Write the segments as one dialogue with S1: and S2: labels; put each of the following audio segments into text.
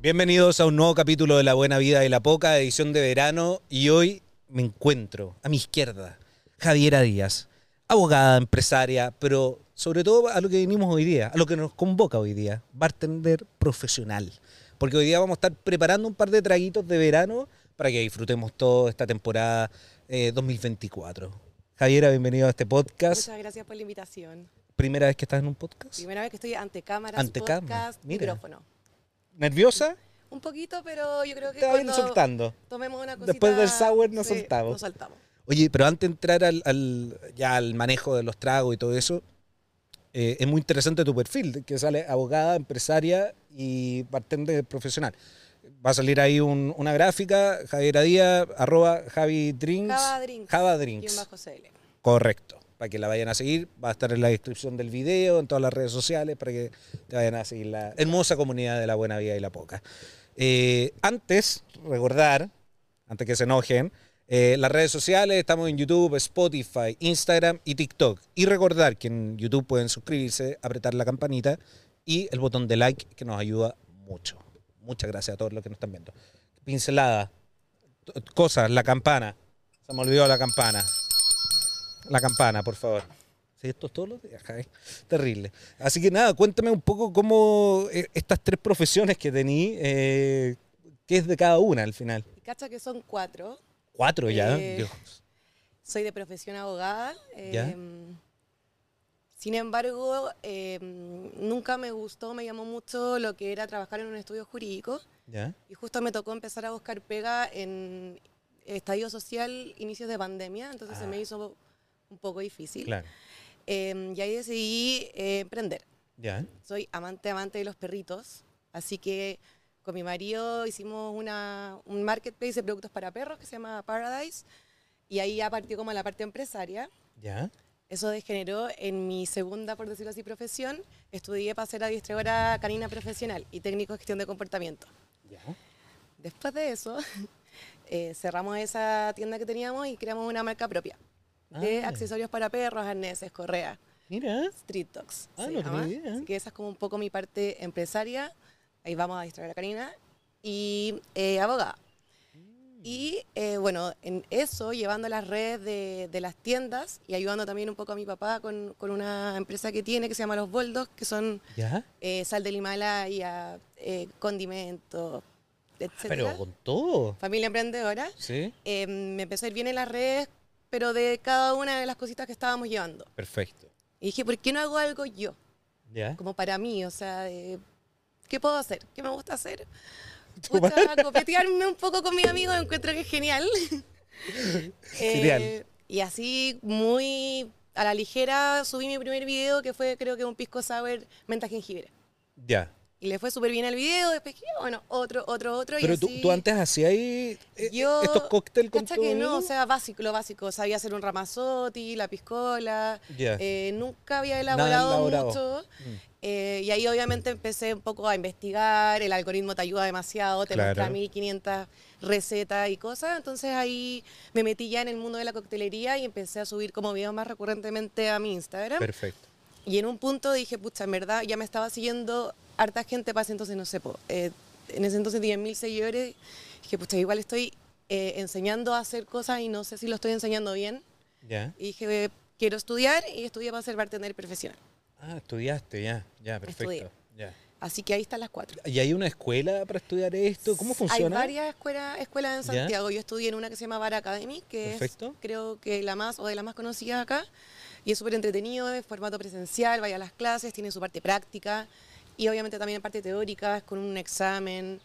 S1: Bienvenidos a un nuevo capítulo de La Buena Vida de la Poca, edición de verano. Y hoy me encuentro a mi izquierda, Javiera Díaz, abogada, empresaria, pero sobre todo a lo que vinimos hoy día, a lo que nos convoca hoy día, bartender profesional. Porque hoy día vamos a estar preparando un par de traguitos de verano para que disfrutemos toda esta temporada eh, 2024. Javiera, bienvenido a este podcast.
S2: Muchas gracias por la invitación.
S1: Primera vez que estás en un podcast.
S2: Primera vez que estoy ante cámaras,
S1: Ante
S2: podcast,
S1: cámaras, mira.
S2: micrófono.
S1: ¿Nerviosa?
S2: Un poquito, pero yo creo que
S1: Te vas a ir
S2: cuando
S1: soltando.
S2: tomemos una cosita...
S1: Después del sour nos
S2: sí,
S1: soltamos.
S2: Nos saltamos.
S1: Oye, pero antes de entrar al, al- ya al manejo de los tragos y todo eso, eh, es muy interesante tu perfil, que sale abogada, empresaria y bartender profesional. Va a salir ahí un- una gráfica, Javier Díaz, arroba Javi Drinks.
S2: Java Drinks.
S1: Java
S2: Y un
S1: Drinks.
S2: bajo CL.
S1: Correcto. Para que la vayan a seguir, va a estar en la descripción del video, en todas las redes sociales, para que te vayan a seguir la hermosa comunidad de la buena vida y la poca. Eh, antes, recordar, antes que se enojen, eh, las redes sociales, estamos en YouTube, Spotify, Instagram y TikTok. Y recordar que en YouTube pueden suscribirse, apretar la campanita y el botón de like que nos ayuda mucho. Muchas gracias a todos los que nos están viendo. Pincelada, t- cosas, la campana. Se me olvidó la campana. La campana, por favor. Sí, esto es todos los días, Javi. Terrible. Así que nada, cuéntame un poco cómo eh, estas tres profesiones que tení, eh, ¿qué es de cada una al final?
S2: Y cacha que son cuatro.
S1: Cuatro ya.
S2: Eh,
S1: Dios.
S2: Soy de profesión abogada.
S1: Ya.
S2: em, Sin embargo, em, nunca me gustó, me llamó mucho lo que era trabajar en un estudio jurídico.
S1: ¿Ya?
S2: Y justo me tocó empezar a buscar pega en estadio social, inicios de pandemia, entonces se
S1: Ah.
S2: me hizo un poco difícil.
S1: Claro.
S2: Eh, y ahí decidí eh, emprender.
S1: ¿Ya?
S2: Soy amante, amante de los perritos, así que con mi marido hicimos una, un marketplace de productos para perros que se llama Paradise, y ahí ya partió como la parte empresaria.
S1: ¿Ya?
S2: Eso degeneró en mi segunda, por decirlo así, profesión. Estudié para ser adiestradora canina profesional y técnico de gestión de comportamiento.
S1: ¿Ya?
S2: Después de eso, eh, cerramos esa tienda que teníamos y creamos una marca propia de
S1: Ah.
S2: accesorios para perros, arneses, correas,
S1: Mira.
S2: street dogs.
S1: Ah,
S2: se
S1: no tenía
S2: llama.
S1: idea.
S2: Así que esa es como un poco mi parte empresaria. Ahí vamos a distraer a Karina. Y eh, abogada.
S1: Mm.
S2: Y eh, bueno, en eso, llevando las redes de, de las tiendas y ayudando también un poco a mi papá con, con una empresa que tiene que se llama Los Boldos, que son
S1: ¿Ya?
S2: eh, sal del Himalaya, eh, condimentos, etcétera.
S1: Pero con todo.
S2: Familia emprendedora.
S1: Sí.
S2: Eh, me empezó a ir bien en las redes, pero de cada una de las cositas que estábamos llevando.
S1: Perfecto.
S2: Y dije, ¿por qué no hago algo yo?
S1: ¿Ya?
S2: Como para mí, o sea, de, ¿qué puedo hacer? ¿Qué me gusta hacer?
S1: Tomar.
S2: Pucha, copetearme un poco con mis amigos, encuentro que es genial. Eh,
S1: Genial.
S2: y así, muy a la ligera, subí mi primer video, que fue creo que un pisco sour menta jengibre.
S1: Ya.
S2: Y le fue súper bien el video, después dije, "Ah, bueno, otro, otro, otro.
S1: Pero
S2: y
S1: tú,
S2: así-
S1: tú antes hacías ahí, eh,
S2: Yo-
S1: estos cócteles con
S2: Cacha
S1: todo
S2: que no,
S1: eso.
S2: o sea, básico, lo básico. Sabía hacer un ramazotti, la piscola.
S1: Ya.
S2: eh, nunca
S1: Nada
S2: había elaborado,
S1: elaborado.
S2: mucho.
S1: Mm.
S2: eh, y ahí obviamente empecé un poco a investigar. El algoritmo te ayuda demasiado, te muestra
S1: Claro.
S2: 1500 recetas y cosas. Entonces ahí me metí ya en el mundo de la coctelería y empecé a subir como videos más recurrentemente a mi Instagram.
S1: Perfecto.
S2: Y en un punto dije, pucha, en verdad ya me estaba siguiendo harta gente para ese entonces, no sé, po, eh, en ese entonces 10.000 seguidores. Dije, pucha, igual estoy eh, enseñando a hacer cosas y no sé si lo estoy enseñando bien.
S1: ¿Ya?
S2: Y dije, eh, quiero estudiar y estudié para ser bartender profesional.
S1: Ah, estudiaste, ya. Ya, perfecto.
S2: Estudié.
S1: Ya.
S2: Así que ahí están las cuatro.
S1: ¿Y hay una escuela para estudiar esto? ¿Cómo
S2: Hay
S1: funciona?
S2: varias escuelas, escuelas en
S1: ¿Ya?
S2: Santiago. Yo estudié en una que se llama Bar Academy, que
S1: Perfecto.
S2: es creo que la más o de las más conocidas acá. Y es súper entretenido, es formato presencial, vaya a las clases, tiene su parte práctica y obviamente también parte teórica, es con un examen.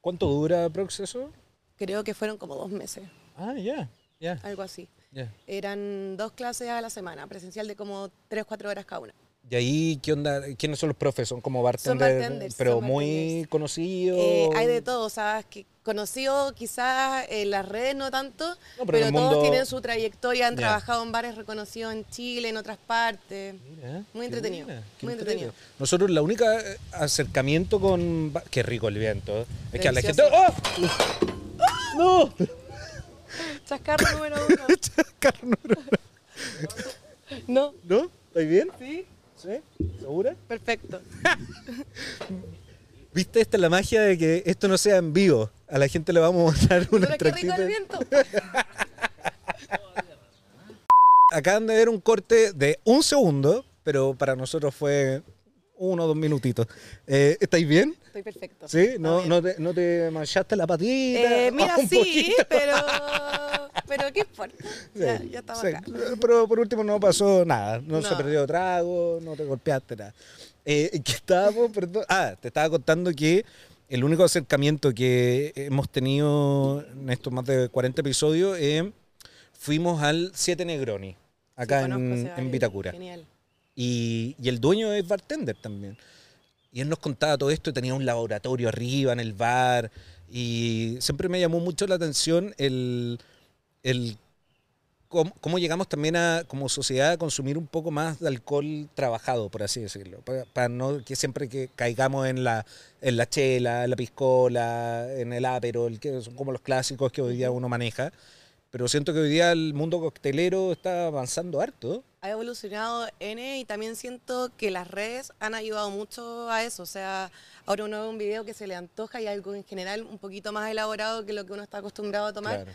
S1: ¿Cuánto dura el proceso?
S2: Creo que fueron como dos meses,
S1: Ah, ya. Ya.
S2: algo así.
S1: ya.
S2: Eran dos clases a la semana, presencial de como tres, cuatro horas cada una.
S1: ¿Y ahí qué onda? ¿Quiénes son los profes? ¿Son como bartenders?
S2: bartenders,
S1: pero
S2: son
S1: muy
S2: bartenders.
S1: conocidos.
S2: Eh, hay de todo, o sea, es que conocido quizás en las redes no tanto,
S1: No, pero en
S2: pero,
S1: el mundo-
S2: todos tienen su trayectoria, han
S1: Ya.
S2: trabajado en bares reconocidos en Chile, en otras partes.
S1: Mira,
S2: Muy
S1: qué
S2: entretenido,
S1: buena, qué
S2: muy entretenido.
S1: Nosotros la única eh, acercamiento con... ba- Qué rico el viento. ¿eh? Es que a la gente...
S2: Delicioso.
S1: ¡Oh! ¡No!
S2: Chascarro número uno.
S1: Carmen,
S2: No,
S1: ¿No? ¿Estás bien?
S2: sí,
S1: ¿Sí? ¿Segura?
S2: perfecto.
S1: ¿Viste? Esta es la magia de que esto no sea en vivo. A la gente le vamos a mostrar un
S2: Pero qué rico
S1: extractito.
S2: el viento.
S1: Acaban de ver un corte de un segundo, pero para nosotros fue uno o dos minutitos. Eh, ¿Estáis bien?
S2: Estoy perfecto.
S1: ¿Sí?
S2: Está
S1: ¿No,
S2: bien.
S1: no, te, ¿No te manchaste la patita?
S2: Eh, mira,
S1: Ah, un
S2: sí,
S1: poquito.
S2: pero. Pero qué importa. Ya, ya estamos
S1: Sí,
S2: acá.
S1: Pero por último no pasó nada. No, se
S2: No.
S1: perdió trago, no te golpeaste nada. Eh, ¿Qué estábamos? Perdón. Ah, te estaba contando que el único acercamiento que hemos tenido en estos más de 40 episodios eh, fuimos al Siete Negroni, acá
S2: Sí, conozco ese
S1: en,
S2: bar,
S1: en Vitacura.
S2: Genial.
S1: Y, y el dueño es bartender también. Y él nos contaba todo esto y tenía un laboratorio arriba en el bar. Y siempre me llamó mucho la atención el, el cómo, cómo llegamos también a, como sociedad a consumir un poco más de alcohol trabajado, por así decirlo. Para, para no que siempre que caigamos en la, en la chela, en la piscola, en el aperol, que son como los clásicos que hoy día uno maneja. Pero siento que hoy día el mundo coctelero está avanzando harto.
S2: Ha evolucionado N y también siento que las redes han ayudado mucho a eso. O sea, ahora uno ve un video que se le antoja y algo en general un poquito más elaborado que lo que uno está acostumbrado a tomar.
S1: Claro.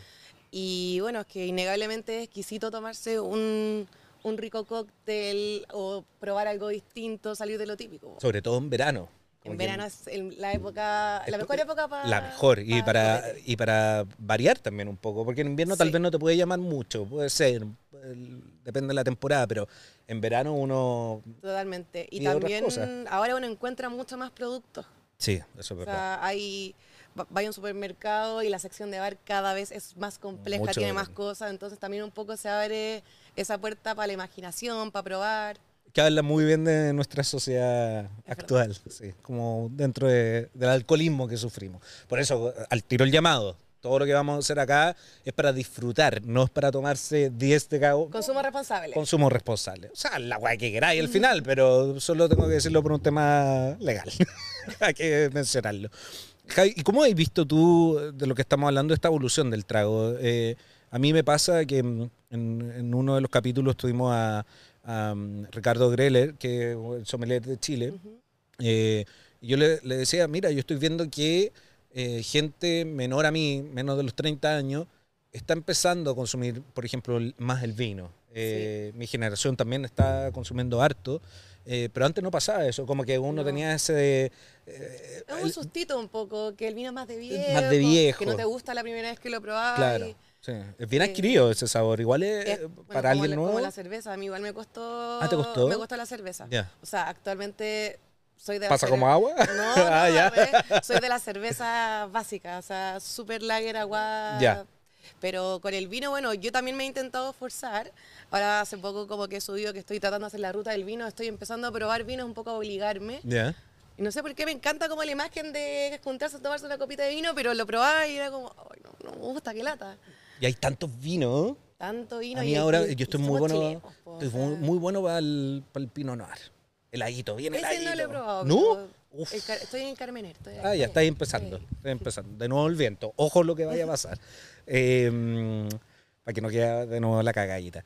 S2: Y bueno, es que innegablemente es exquisito tomarse un, un rico cóctel o probar algo distinto, salir de lo típico.
S1: Sobre todo en verano. Como
S2: en
S1: que
S2: verano es el- la época, la
S1: Esto-
S2: mejor época para...
S1: La mejor. Y para, y para variar también un poco. Porque en invierno tal
S2: Sí.
S1: vez no te puede llamar mucho. Puede ser. el- Depende de la temporada. Pero en verano uno.
S2: Totalmente. Y,
S1: y otras
S2: también
S1: cosas.
S2: ahora uno encuentra mucho más productos.
S1: Sí, eso es
S2: O
S1: verdad.
S2: sea, hay, va- vaya a un supermercado y la sección de bar cada vez es más compleja,
S1: Mucho
S2: tiene
S1: más
S2: más cosas, entonces también un poco se abre esa puerta para la imaginación, para probar.
S1: Que habla muy bien de nuestra sociedad actual. Sí, como dentro de- del alcoholismo que sufrimos. Por eso, al tiro el llamado. Todo lo que vamos a hacer acá es para disfrutar, no es para tomarse 10 de cada uno.
S2: Consumo responsable.
S1: Consumo responsable. O sea, la guay que queráis al final, pero solo tengo que decirlo por un tema legal. Hay que mencionarlo. Javi, ¿y cómo has visto tú, de lo que estamos hablando, esta evolución del trago? Eh, a mí me pasa que mm, en, en uno de los capítulos tuvimos a, a, mm, Ricardo Greller, que es el sommelier de Chile,
S2: Ujú.
S1: eh, y yo le, le decía, mira, yo estoy viendo que eh, gente menor a mí, menos de los 30 años, está empezando a consumir, por ejemplo, el- más el vino. Eh, Mi generación también está consumiendo harto, eh, pero antes no pasaba eso, como que uno
S2: No.
S1: tenía ese... eh,
S2: Es un
S1: el-
S2: sustito un poco, que el vino es más de viejo.
S1: Más de viejo.
S2: Que no te gusta la primera vez que lo probás.
S1: claro,
S2: y
S1: sí, es bien
S2: eh,
S1: adquirido ese sabor, igual es,
S2: es-
S1: eh,
S2: bueno, como
S1: para alguien
S2: la-
S1: nuevo.
S2: Como la cerveza, a mí igual me costó.
S1: Ah, ¿te costó?
S2: Me costó la cerveza.
S1: Ya.
S2: O sea, actualmente soy de la
S1: ¿Pasa
S2: cere-
S1: como agua?
S2: No,
S1: Ah,
S2: no,
S1: ya.
S2: eh, soy de la cerveza básica, o sea, super lager, agua.
S1: Ya.
S2: Pero con el vino, bueno, yo también me he intentado forzar. Ahora hace poco como que he subido que estoy tratando de hacer la ruta del vino, estoy empezando a probar vinos un poco a obligarme.
S1: Ya.
S2: Y no sé por qué me encanta como la imagen de juntarse a tomarse una copita de vino, pero lo probaba y era como, ay, no, no me gusta, qué lata.
S1: Y hay tantos vinos.
S2: Tanto vino.
S1: A
S2: y-
S1: mí ahora,
S2: y-
S1: yo
S2: y
S1: estoy muy
S2: somos
S1: bueno,
S2: chilenos, po, o
S1: estoy muy,
S2: sea.
S1: muy bueno para el, para el Pinot Noir. Heladito, bien
S2: Ese
S1: heladito.
S2: no lo he probado.
S1: ¿No?
S2: pero
S1: Uf.
S2: el car- estoy en Carmener. Estoy
S1: Ah, ya, está ahí empezando,
S2: Sí.
S1: está ahí empezando. De nuevo el viento, ojo lo que vaya a pasar. Eh, para que no quede de nuevo la cagadita.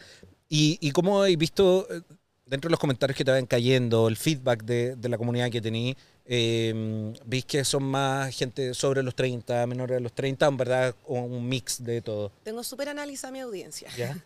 S1: ¿Y, y cómo habéis visto, eh, dentro de los comentarios que te van cayendo, el feedback de, de la comunidad que tenéis, eh, veis que son más gente sobre los 30, menores de los 30, en verdad, o un mix de todo?
S2: Tengo súper analizada mi audiencia.
S1: ¿Ya?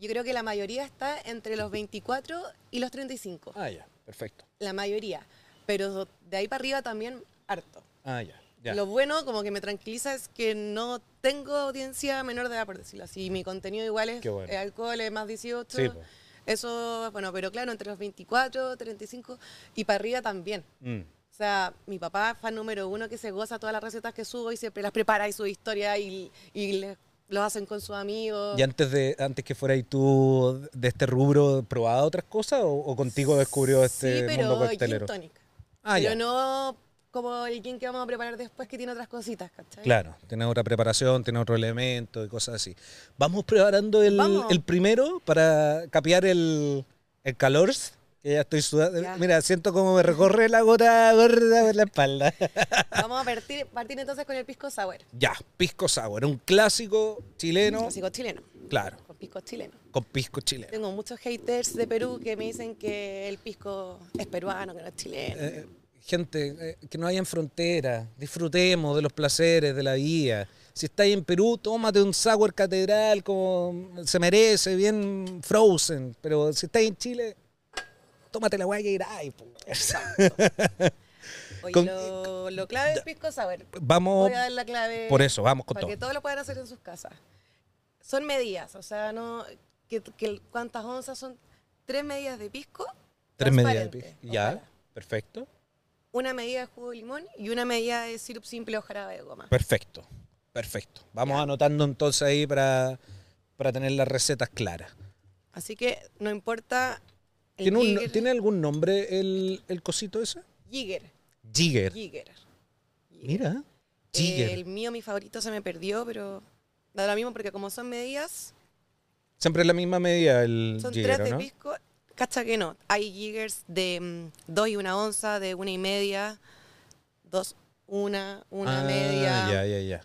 S2: Yo creo que la mayoría está entre los 24 y los 35.
S1: Ah, ya, perfecto.
S2: La mayoría. Pero de ahí para arriba también harto.
S1: Ah, ya. ya.
S2: Lo bueno, como que me tranquiliza, es que no tengo audiencia menor de edad, por decirlo así. Mi contenido igual es
S1: Qué bueno.
S2: eh, alcohol, es más 18.
S1: Sí, po.
S2: Eso, bueno, pero claro, entre los 24, 35 y para arriba también.
S1: Mm.
S2: O sea, mi papá es fan número uno que se goza todas las recetas que subo y siempre las prepara y su historia y, y le- los hacen con sus amigos.
S1: ¿Y antes de antes que fueras tú de este rubro, probaba otras cosas o, o contigo descubrió este
S2: sí, pero
S1: mundo
S2: gin
S1: coctelero?
S2: tonic.
S1: Ah,
S2: pero
S1: ya.
S2: no como el gin que vamos a preparar después que tiene otras cositas, ¿cachai?
S1: Claro, tiene otra preparación, tiene otro elemento y cosas así. Vamos preparando el,
S2: Vamos.
S1: el primero para capear el, el calor. Que ya estoy sudando.
S2: Ya.
S1: Mira, siento como me recorre la gota gorda por la espalda.
S2: Vamos a partir, partir entonces con el pisco sour.
S1: ya, pisco sour, un clásico chileno.
S2: Pisco chileno.
S1: Claro,
S2: Con pisco chileno.
S1: con pisco chileno.
S2: Tengo muchos haters de Perú que me dicen que el pisco es peruano, que no es chileno.
S1: Eh, gente, eh, que no hayan fronteras, disfrutemos de los placeres de la vida. Si estáis en Perú, tómate un sour catedral como se merece, bien frozen. Pero si estáis en Chile, tómate la guaya y irás. po.
S2: Oye,
S1: Con-
S2: lo, lo clave es pisco sour.
S1: Vamos,
S2: Voy a dar la clave
S1: por eso, vamos con
S2: para
S1: todo.
S2: que todos lo puedan hacer en sus casas. Son medidas, o sea, no que, que- cuántas onzas son tres medidas de pisco,
S1: Tres medidas de
S2: transparente,
S1: pis- Ya,
S2: ojalá.
S1: perfecto.
S2: una medida de jugo de limón y una medida de sirup simple o jarabe de goma.
S1: Perfecto, perfecto. Vamos anotando entonces ahí para, para tener las recetas claras.
S2: Así que no importa el
S1: ¿Tiene, un-
S2: jigger,
S1: ¿tiene algún nombre el, el cosito ese?
S2: jigger,
S1: Jigger.
S2: jigger.
S1: Mira.
S2: Eh,
S1: Jigger.
S2: el mío, mi favorito, se me perdió, pero da lo mismo porque como son medidas,
S1: Siempre es la misma medida el
S2: Son
S1: jiguero,
S2: tres de
S1: ¿no?
S2: pisco. Cacha que no. Hay jiggers de mm, dos y una onza, de una y media, dos, una, una
S1: Ah,
S2: media.
S1: Ya, ya, ya.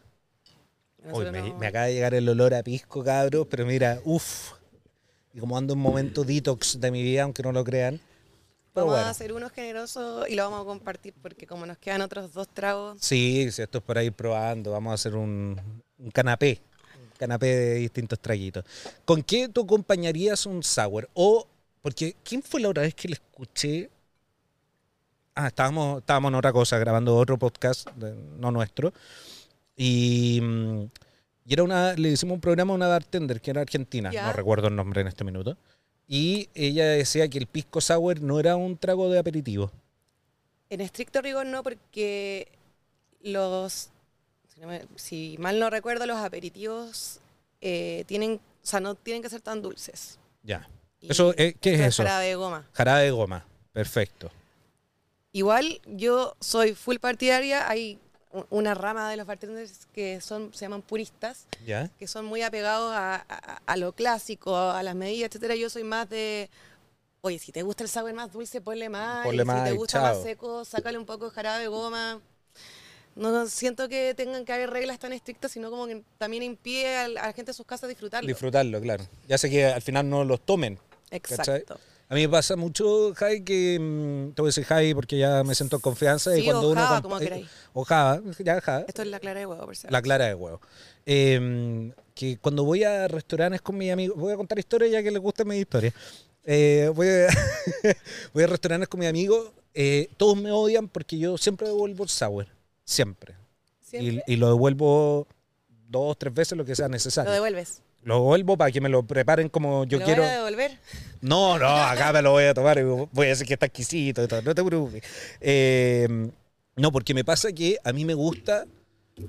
S1: Hoy
S2: Nosotros
S1: me,
S2: no-
S1: me acaba de llegar el olor a pisco, cabros, pero mira, uff. Y como ando en un momento detox de mi vida, aunque no lo crean. Pero
S2: Vamos a
S1: bueno,
S2: hacer uno generoso y lo vamos a compartir porque como nos quedan otros dos tragos,
S1: sí, si esto es para ir probando, vamos a hacer un, un canapé. Un canapé de distintos traguitos. ¿Con qué tú acompañarías un sour? O, porque, ¿quién fue la otra vez que le escuché? Ah, estábamos, estábamos en otra cosa, grabando otro podcast, de- no nuestro. Y, mm, y era una, le hicimos un programa a una bartender que era argentina,
S2: Ya.
S1: no recuerdo el nombre en este minuto. Y ella decía que el pisco sour no era un trago de aperitivo.
S2: en estricto rigor no porque los, si, no me- si mal no recuerdo, los aperitivos eh, tienen, o sea, no tienen que ser tan dulces.
S1: Ya.
S2: Y
S1: Eso, eh, ¿Qué es
S2: esto
S1: eso?
S2: jarabe de goma.
S1: Jarabe de goma. Perfecto.
S2: Igual yo soy full partidaria, hay u- una rama de los bartenders que son, se llaman puristas,
S1: ¿Ya?
S2: que son muy apegados a, a- a lo clásico, a las medidas, etcétera. Yo soy más de, oye, si te gusta el sabor más dulce, ponle más,
S1: Ponle
S2: y
S1: más
S2: si
S1: y
S2: te gusta
S1: chao.
S2: más seco, sácale un poco de jarabe de goma. No siento que tengan que haber reglas tan estrictas, sino como que también impide al- a la gente de sus casas disfrutarlo.
S1: Disfrutarlo, claro. Ya sé que al final no los tomen. ¿cachai?
S2: Exacto.
S1: A mí me pasa mucho, Jai, que mm, te voy a decir Jai porque ya me siento en confianza. y
S2: Sí,
S1: cuando
S2: o
S1: uno
S2: Java,
S1: compa- eh,
S2: como queráis.
S1: o Java, ya Java.
S2: Esto es la clara de huevo, por si
S1: La
S2: acaso.
S1: clara de huevo. Eh, que cuando voy a restaurantes con mis amigos, voy a contar historias ya que les gusta mi historia. Eh, voy, a, voy a restaurantes con mis amigos, eh, todos me odian porque yo siempre devuelvo el sour, siempre.
S2: Siempre
S1: Y, y lo devuelvo dos, tres veces lo que sea necesario.
S2: Lo devuelves.
S1: Lo devuelvo para que me lo preparen como yo
S2: ¿Lo
S1: quiero.
S2: van a devolver?
S1: No, no, acá me lo voy a tomar y voy a decir que está exquisito y todo, no te preocupes. Eh, no, porque me pasa que a mí me gusta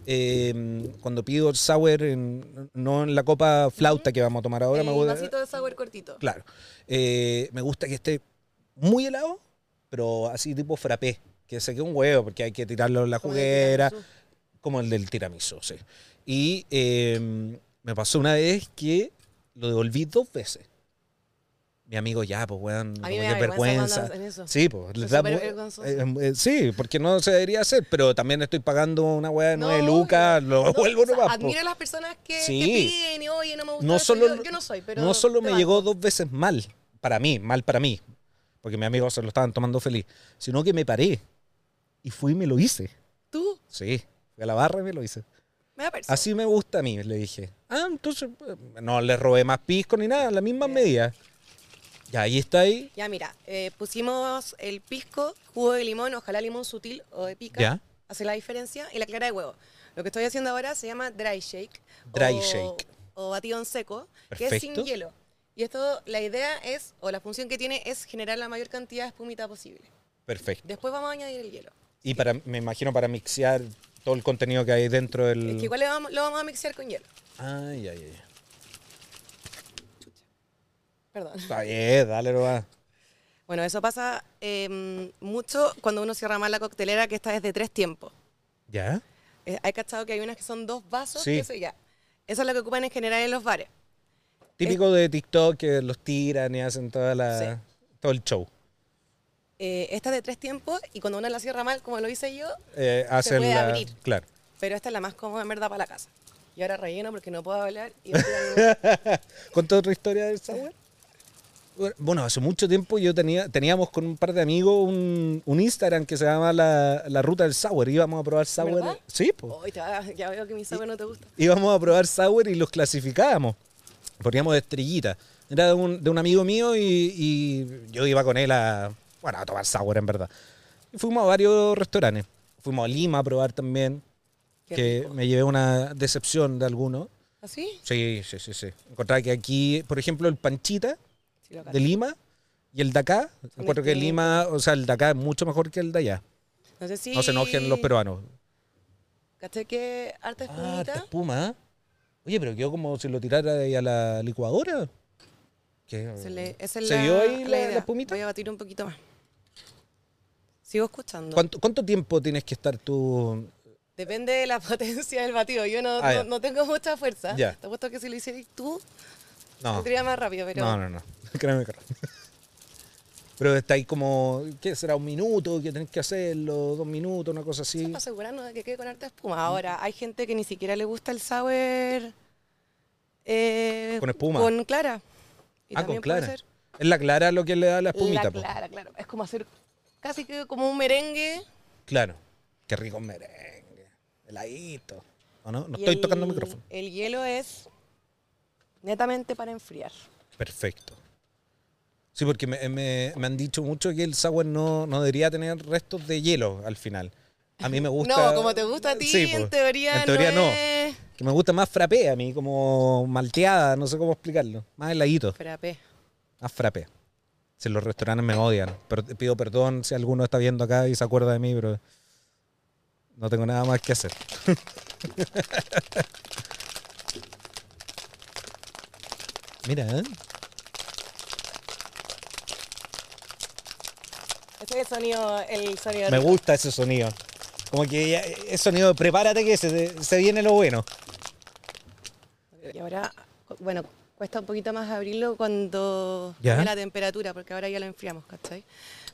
S1: eh, cuando pido el sour, en- no en la copa flauta que vamos a tomar ahora,
S2: el
S1: me gusta.
S2: vasito de sour cortito.
S1: Claro. Eh, me gusta que esté muy helado, pero así tipo frappé, que se quede un huevo porque hay que tirarlo en la
S2: Como de
S1: juguera
S2: tiramisú.
S1: como el del tiramisú, sí. Y eh, me pasó una vez que lo devolví dos veces. Mi amigo, ya, pues, weón,
S2: A mí
S1: como que
S2: me da vergüenza.
S1: vergüenza.
S2: cuando hacen eso.
S1: Sí, pues, le
S2: Es
S1: da
S2: súper
S1: mu-
S2: vergonzoso.
S1: eh, eh, sí, porque no se debería hacer, pero también estoy pagando una weá de
S2: No,
S1: 9 lucas, lo
S2: No,
S1: devuelvo
S2: o sea,
S1: nomás, po.
S2: Admiro a las personas que, que
S1: Sí.
S2: piden y oye, no me gusta
S1: No
S2: eso",
S1: solo-
S2: yo, yo no soy, pero
S1: no solo
S2: te
S1: me
S2: banco.
S1: llegó dos veces mal, para mí, mal para mí, porque mis amigos se lo estaban tomando feliz, sino que me paré y fui y me lo hice.
S2: Tú,
S1: Sí, fui a la barra y me lo hice.
S2: me da perso.
S1: Así me gusta a mí, le dije. Ah, entonces eh, no le robé más pisco ni nada, la misma medida. Y ahí está ahí.
S2: Ya, mira, eh, pusimos el pisco, jugo de limón, ojalá limón sutil o de pica.
S1: Ya.
S2: Hace la diferencia. Y la clara de huevo. Lo que estoy haciendo ahora se llama dry shake.
S1: Dry
S2: o-
S1: shake.
S2: O batido en seco, que es
S1: Perfecto.
S2: sin hielo. Y esto, la idea es, o la función que tiene, es generar la mayor cantidad de espumita posible.
S1: Perfecto.
S2: Después vamos a añadir el hielo.
S1: Y para, me imagino para mixear todo el contenido que hay dentro del.
S2: Es que igual le vamos- lo vamos a mixear con hielo.
S1: Ay, ay, ay.
S2: Perdón.
S1: Está bien, dale, lo va.
S2: Bueno, eso pasa eh, mucho cuando uno cierra mal la coctelera, que esta es de tres tiempos.
S1: ¿Ya?
S2: Eh, hay cachado que hay unas que son dos vasos,
S1: Sí.
S2: que eso ya. Eso es lo que ocupan en general en los bares.
S1: Típico de TikTok que los tiran y hacen toda la, todo el show.
S2: Eh, esta es de tres tiempos y cuando uno la cierra mal, como lo hice yo,
S1: Eh, hacen
S2: puede
S1: la-
S2: abrir.
S1: Claro.
S2: pero esta es la más cómoda en verdad para la casa. Y ahora relleno porque no puedo hablar. Y estoy hablando-
S1: ¿Contó otra historia del sour? Bueno, hace mucho tiempo yo tenía, teníamos con un par de amigos un, un Instagram que se llama la, la Ruta del Sour. Íbamos a probar sour.
S2: ¿Verdad?
S1: Sí, pues.
S2: Hoy te va- ya veo que mi sabor no te gusta.
S1: íbamos a probar sour y los clasificábamos. Poníamos de estrellita. Era de un, de un amigo mío y, y yo iba con él a, bueno, a tomar sour en verdad. Y fuimos a varios restaurantes. Fuimos a Lima a probar también,
S2: Qué
S1: que
S2: rico.
S1: me llevé una decepción de alguno.
S2: ¿Así?
S1: Sí, sí, sí, sí. Encontraba que aquí, por ejemplo, el Panchita
S2: Sí, lo cacho.
S1: de Lima y el de acá, encuentro que
S2: distintos.
S1: Lima, o sea, el de acá es mucho mejor que el de allá.
S2: No sé si.
S1: No se enojen los peruanos.
S2: ¿Caché que harta
S1: Ah,
S2: espumita?
S1: esta espuma. ¿eh? Oye, pero quedó como si lo tirara de ahí a la licuadora. ¿Qué?
S2: Se, le, esa es
S1: ¿Se
S2: la-
S1: vio ahí la- la
S2: idea.
S1: espumita?
S2: Voy a batir un poquito más. Sigo escuchando.
S1: ¿Cuánto, cuánto tiempo tienes que estar tú?
S2: Depende de la potencia del batido. Yo no,
S1: Ah, ya.
S2: no, no tengo mucha fuerza.
S1: Ya.
S2: Te apuesto que si lo hicieras tú,
S1: No,
S2: saldría más rápido. Pero
S1: no, no, no. Créeme que no. Pero está ahí como, ¿qué será? ¿Un minuto? ¿Qué tenés que hacerlo? ¿Dos minutos? Una cosa
S2: eso es
S1: así.
S2: para asegurarnos de que quede con harta espuma.
S1: Mm.
S2: Ahora, hay gente que ni siquiera le gusta el sour... eh,
S1: Con espuma.
S2: Con clara. Y
S1: Ah, con
S2: también puede
S1: clara.
S2: ser
S1: Es la clara lo que le da la espumita.
S2: La
S1: po.
S2: clara, claro. Es como hacer casi que como un merengue.
S1: Claro. Qué rico un merengue. Heladito. ¿O no? No
S2: y
S1: estoy
S2: el-
S1: tocando el micrófono.
S2: El hielo es netamente para enfriar.
S1: Perfecto. Sí, porque me, me- me han dicho mucho que el sour no, no debería tener restos de hielo al final. A mí me gusta.
S2: No, como te gusta a ti,
S1: Sí,
S2: en
S1: po.
S2: teoría
S1: En teoría no.
S2: es
S1: Que me gusta más frappé a mí, como malteada, no sé cómo explicarlo. Más heladito,
S2: Frappé.
S1: más frappé. Si los restaurantes me odian. Pero te pido perdón si alguno está viendo acá y se acuerda de mí, pero no tengo nada más que hacer. Mira, ¿eh?
S2: Este es el sonido, el sonido
S1: Me
S2: rico.
S1: gusta ese sonido. Como que ya, es sonido, de prepárate que se, se viene lo bueno.
S2: Y ahora, bueno, cuesta un poquito más abrirlo cuando
S1: Ya.
S2: cambia la temperatura, porque ahora ya lo enfriamos, ¿cachai?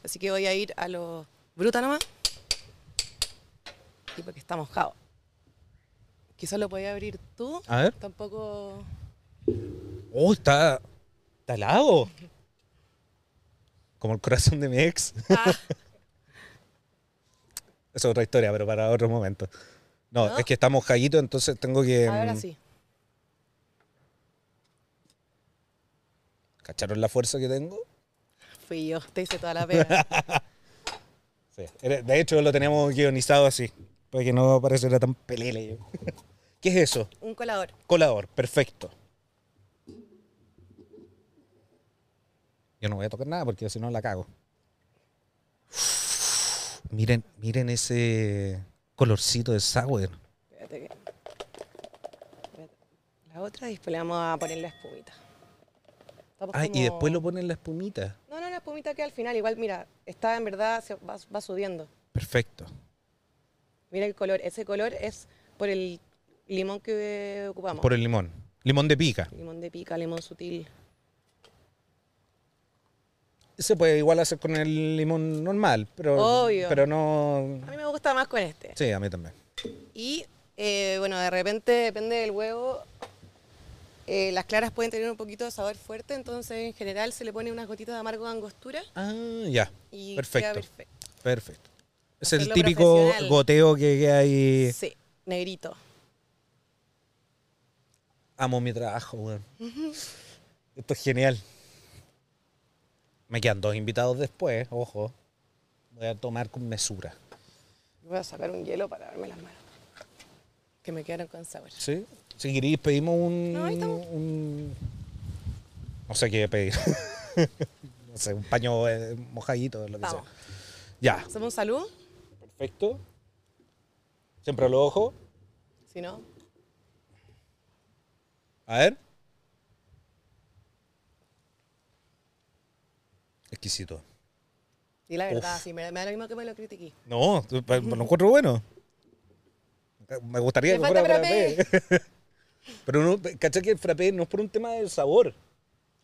S2: Así que voy a ir a lo bruta nomás. Y porque está mojado. Quizás lo podías abrir tú.
S1: A ver.
S2: Tampoco.
S1: Oh, está, está helado. Como el corazón de mi ex.
S2: Ah,
S1: Esa es otra historia, pero para otro momento. No,
S2: ¿No?
S1: es que está mojadito, entonces tengo que...
S2: ahora
S1: mm,
S2: sí.
S1: ¿Cacharon la fuerza que tengo?
S2: Fui yo, te hice toda la pega.
S1: Sí. Era- De hecho, lo teníamos guionizado así, para que no pareciera tan pelele. yo. ¿Qué es eso?
S2: Un colador.
S1: Colador, perfecto. Yo no voy a tocar nada porque si no la cago. Miren, miren ese colorcito de sour.
S2: Espérate que- espérate. La otra y después le vamos a poner la espumita. Estamos
S1: Ah, y después
S2: como-
S1: lo ponen la espumita.
S2: No, no, la espumita que al final. Igual, mira, está en verdad, se va, va subiendo.
S1: Perfecto.
S2: Mira el color. Ese color es por el limón que eh, ocupamos.
S1: Por el limón. Limón de pica.
S2: Limón de pica, limón sutil.
S1: Se puede igual hacer con el limón normal, pero,
S2: Obvio.
S1: pero no...
S2: A mí me gusta más con este.
S1: Sí, a mí también.
S2: Y eh, bueno, de repente depende del huevo. eh, las claras pueden tener un poquito de sabor fuerte, entonces en general se le pone unas gotitas de amargo de angostura
S1: Ah, ya.
S2: y queda
S1: Perfecto.
S2: perfecto.
S1: Perfecto. Es el
S2: Hacerlo
S1: típico
S2: profesional.
S1: goteo que, que hay...
S2: Sí, negrito.
S1: Amo mi trabajo, weón. Esto es genial. Me quedan dos invitados después, ojo. Voy a tomar con mesura.
S2: Voy a sacar un hielo para darme las manos. Que me quedaron con sabor.
S1: ¿Sí? Si queréis, pedimos un.
S2: No, ahí estamos.
S1: un- no sé qué pedir. no sé, un paño eh, mojadito, lo que
S2: Vamos.
S1: sea. Ya.
S2: ¿Hacemos un salud?
S1: Perfecto. Siempre a los ojos.
S2: Si no,
S1: A ver. Exquisito.
S2: di la verdad,
S1: Uf.
S2: si me, me da lo mismo que me lo critiqué.
S1: No, tú- pa- lo encuentro bueno. Me gustaría
S2: Le
S1: que
S2: falta
S1: fuera frappé. Pero no, ¿cachai que el frappé no es por un tema del sabor?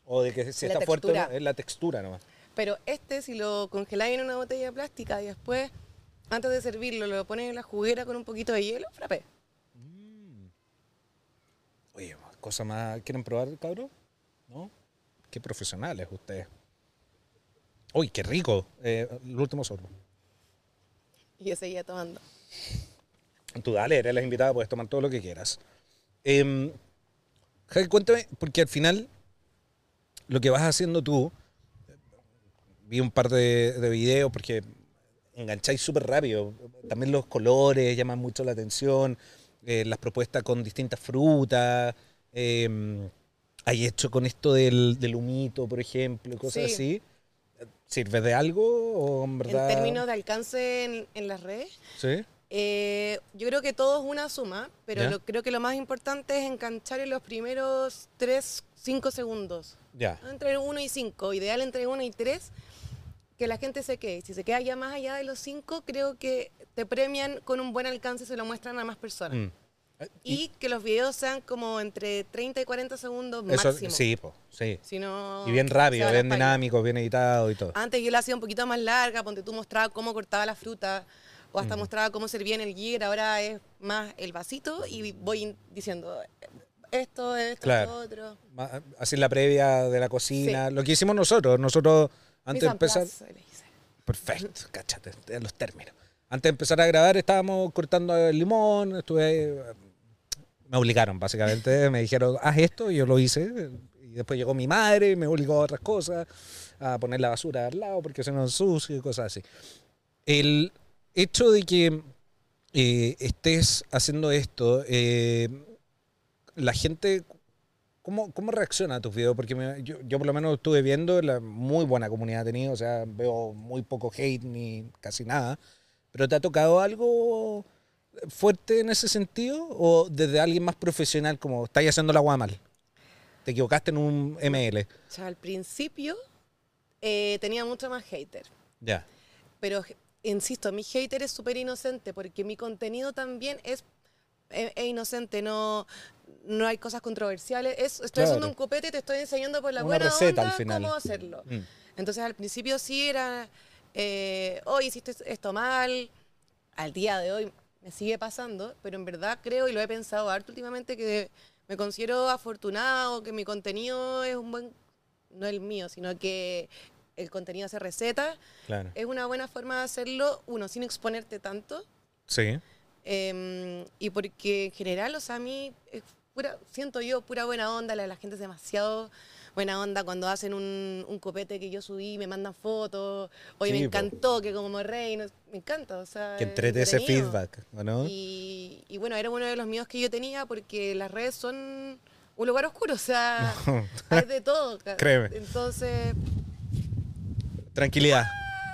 S1: O de que si
S2: La
S1: está fuerte o no,
S2: textura.
S1: es la textura nomás.
S2: Pero este, si lo congeláis en una botella plástica y después, antes de servirlo, lo pones en la juguera con un poquito de hielo, frappé.
S1: Oye, cosa más. ¿Quieren probar, cabrón? ¿No? Qué profesionales ustedes. Uy, qué rico. Eh, el último sorbo.
S2: Y yo seguía tomando.
S1: Tú dale, eres la invitada, puedes tomar todo lo que quieras. Em, Javi, cuéntame, porque al final lo que vas haciendo tú, vi un par de, de videos porque engancháis súper rápido. También los colores llaman mucho la atención, eh, las propuestas con distintas frutas. em, hay hecho con esto del, del humito, por ejemplo, y cosas
S2: Sí.
S1: así. ¿Sirve de algo o en verdad?
S2: En términos de alcance en, en las redes,
S1: Sí.
S2: eh, yo creo que todo es una suma, pero
S1: Ya.
S2: lo- creo que lo más importante es enganchar en los primeros 3, 5 segundos.
S1: Ya.
S2: Entre 1 y 5, ideal entre 1 y 3, que la gente se quede. Si se queda ya más allá de los 5, creo que te premian con un buen alcance y se lo muestran a más personas.
S1: Mm. Eh,
S2: Y que los videos sean como entre 30 y 40 segundos
S1: Eso,
S2: máximo.
S1: sí, po, sí.
S2: Si no,
S1: Y bien
S2: se
S1: rápido,
S2: va la
S1: bien
S2: página.
S1: dinámico, bien editado y todo.
S2: Antes yo la hacía un poquito más larga, ponte tú mostraba cómo cortaba la fruta o hasta mostraba cómo servía en el guir, ahora es más el vasito y voy in- diciendo eh, esto, esto,
S1: Claro.
S2: esto otro.
S1: Ma- Así la previa de la cocina, lo que hicimos nosotros. Nosotros, antes de
S2: Mise en
S1: empezar.
S2: place, le hice.
S1: Perfecto, cáchate, te- los términos. Antes de empezar a grabar estábamos cortando el limón, estuve ahí, eh, me obligaron básicamente, me dijeron, haz esto, y yo lo hice, eh, y después llegó mi madre y me obligó a otras cosas, a poner la basura al lado porque se nos sucio y cosas así. El hecho de que eh, estés haciendo esto, eh, la gente, ¿cómo, cómo reacciona a tus videos? Porque me- yo, yo por lo menos estuve viendo, la muy buena comunidad ha tenido, o sea, veo muy poco hate ni casi nada, pero ¿te ha tocado algo fuerte en ese sentido? ¿O desde alguien más profesional como, estáis haciendo la agua mal? Te equivocaste en un ML.
S2: O sea, al principio eh, tenía mucho más hater,
S1: Ya.
S2: pero je- insisto, mi hater es súper inocente porque mi contenido también es, es- es inocente, no, no hay cosas controversiales. Es- estoy
S1: Claro.
S2: haciendo un copete y te estoy enseñando por la
S1: Una
S2: buena
S1: receta al
S2: onda
S1: final.
S2: cómo hacerlo.
S1: Mm,
S2: Entonces al principio sí era, eh, hoy hiciste esto mal, al día de hoy me sigue pasando, pero en verdad creo y lo he pensado harto últimamente que me considero afortunado, que mi contenido es un buen, no el mío, sino que el contenido hace receta,
S1: claro.
S2: es una buena forma de hacerlo, uno, sin exponerte tanto,
S1: Sí.
S2: eh, y porque en general, o sea, a mí es pura- siento yo pura buena onda, la, la gente es demasiado buena onda cuando hacen un, un copete que yo subí, me mandan fotos, oye,
S1: Sí,
S2: me
S1: po.
S2: encantó, que como rey, no- me encanta, o sea...
S1: Que
S2: es
S1: entrete ese
S2: entretenido.
S1: feedback, ¿o ¿no?
S2: Y, y bueno, era uno de los míos que yo tenía porque las redes son un lugar oscuro, o sea, hay de todo. ca-
S1: Créeme.
S2: Entonces,
S1: tranquilidad,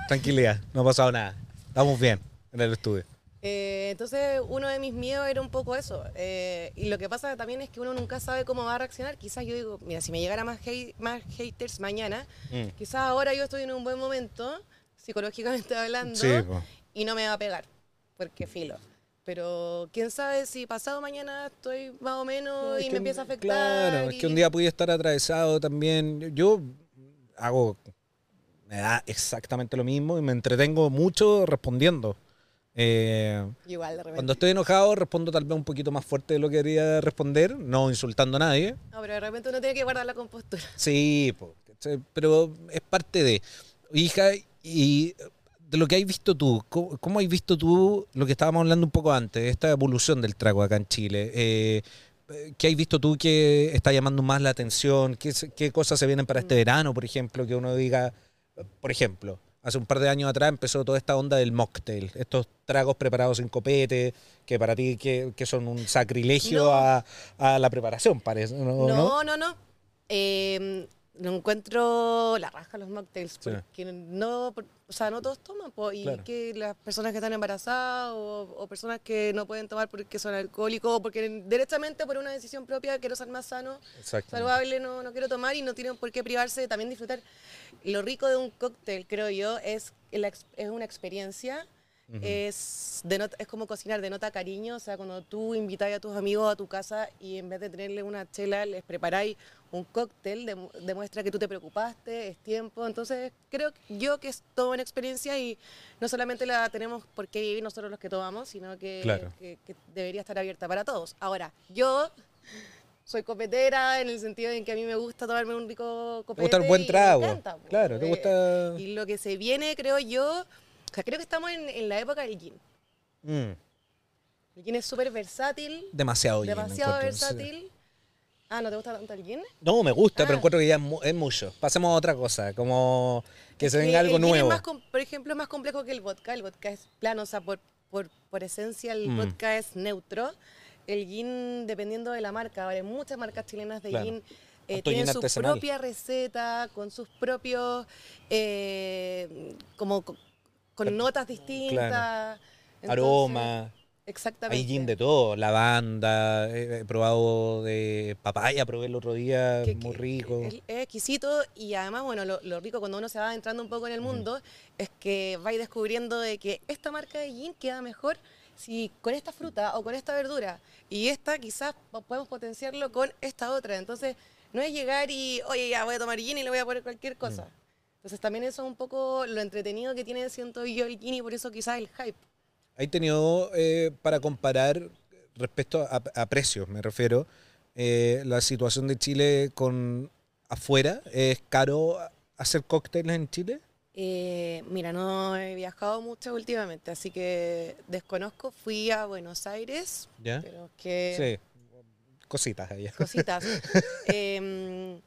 S1: tranquilidad, no ha pasado nada. Estamos bien en el estudio.
S2: Eh, entonces, uno de mis miedos era un poco eso. Eh, y lo que pasa también es que uno nunca sabe cómo va a reaccionar. Quizás yo digo, mira, si me llegara más, hate- más haters mañana,
S1: Mm.
S2: quizás ahora yo estoy en un buen momento, psicológicamente hablando,
S1: Sí, po.
S2: y no me va a pegar, porque filo. Pero quién sabe si pasado mañana estoy más o menos
S1: Es
S2: y
S1: que
S2: me
S1: un-
S2: empieza a afectar.
S1: Claro, es que
S2: y-
S1: un día podía estar atravesado también. Yo hago, me da exactamente lo mismo y me entretengo mucho respondiendo. Eh,
S2: Igual de repente.
S1: cuando estoy enojado respondo tal vez un poquito más fuerte de lo que debería responder, no insultando a nadie,
S2: No, pero de repente uno tiene que guardar la compostura.
S1: Sí, po, ¿cachai? pero es parte de. Hija, y de lo que has visto tú, ¿cómo, cómo has visto tú lo que estábamos hablando un poco antes, esta evolución del trago acá en Chile? Eh, eh, ¿Qué has visto tú que está llamando más la atención? ¿Qué, se- qué cosas se vienen para este verano, por ejemplo? Que uno diga, por ejemplo, hace un par de años atrás empezó toda esta onda del mocktail, estos tragos preparados en copete, que para ti que, que son un sacrilegio
S2: No.
S1: a, a la preparación, parece. ¿no?
S2: No,
S1: ¿No?
S2: no, no. Eh, no encuentro la raja a los mocktails
S1: Sí.
S2: porque no, por- o sea, no todos toman po, y
S1: Claro.
S2: que las personas que están embarazadas o, o personas que no pueden tomar porque son alcohólicos o porque directamente por una decisión propia quiero ser más sano,
S1: Exacto.
S2: saludable, no, no quiero tomar y no tienen por qué privarse de también disfrutar. Lo rico de un cóctel, creo yo, es, la ex- es una experiencia. Es, denota- es como cocinar, denota cariño. O sea, cuando tú invitáis a tus amigos a tu casa y en vez de tenerle una chela, les preparáis un cóctel, dem- demuestra que tú te preocupaste, es tiempo. Entonces, creo que- yo que es toda una experiencia y no solamente la tenemos por qué vivir nosotros los que tomamos, sino que,
S1: Claro.
S2: que- que debería estar abierta para todos. Ahora, yo soy copetera en el sentido en que a mí me gusta tomarme un rico copete.
S1: Te gusta el
S2: y
S1: buen
S2: me
S1: trago.
S2: encanta, po.
S1: claro, te
S2: Eh,
S1: gusta.
S2: Y lo que se viene, creo yo, o sea, creo que estamos en, en la época del gin.
S1: Mm,
S2: El gin es súper versátil,
S1: demasiado gin,
S2: demasiado
S1: encuentro, sí.
S2: versátil. Ah, ¿no te gusta tanto el gin?
S1: No, me gusta,
S2: Ah.
S1: pero encuentro que ya es, mu- es mucho. Pasemos a otra cosa, como que se
S2: Eh,
S1: venga algo
S2: el gin es
S1: nuevo.
S2: más com- por ejemplo, es más complejo que el vodka. El vodka es plano, o sea, por, por, por esencia el
S1: Mm.
S2: vodka es neutro. El gin, dependiendo de la marca, ahora hay muchas marcas chilenas de
S1: Claro.
S2: gin. eh,
S1: Harto
S2: tienen
S1: gin
S2: su
S1: artesanal.
S2: propia receta, con sus propios, eh, como co- con,
S1: Claro.
S2: notas distintas. Entonces,
S1: Aroma,
S2: Exactamente.
S1: hay gin de todo, lavanda, he, he probado de papaya, probé el otro día,
S2: que-
S1: muy
S2: que
S1: rico.
S2: Es, es exquisito y además, bueno, lo, lo rico cuando uno se va entrando un poco en el
S1: Ujú.
S2: mundo es que vais descubriendo de que esta marca de gin queda mejor si con esta fruta o con esta verdura y esta quizás po- podemos potenciarlo con esta otra. Entonces, no es llegar y, oye, ya voy a tomar gin y le voy a poner cualquier
S1: Mm.
S2: cosa. Entonces, también eso es un poco lo entretenido que tiene, siento yo, el gin y por eso quizás el hype.
S1: ¿Hay tenido eh, para comparar respecto a, a precios, me refiero, eh, la situación de Chile con afuera? ¿Es caro hacer cócteles en Chile?
S2: Eh, mira, no he viajado mucho últimamente, así que desconozco. Fui a Buenos Aires,
S1: ¿Ya?
S2: pero es que...
S1: Sí, cositas allá.
S2: cositas. Em,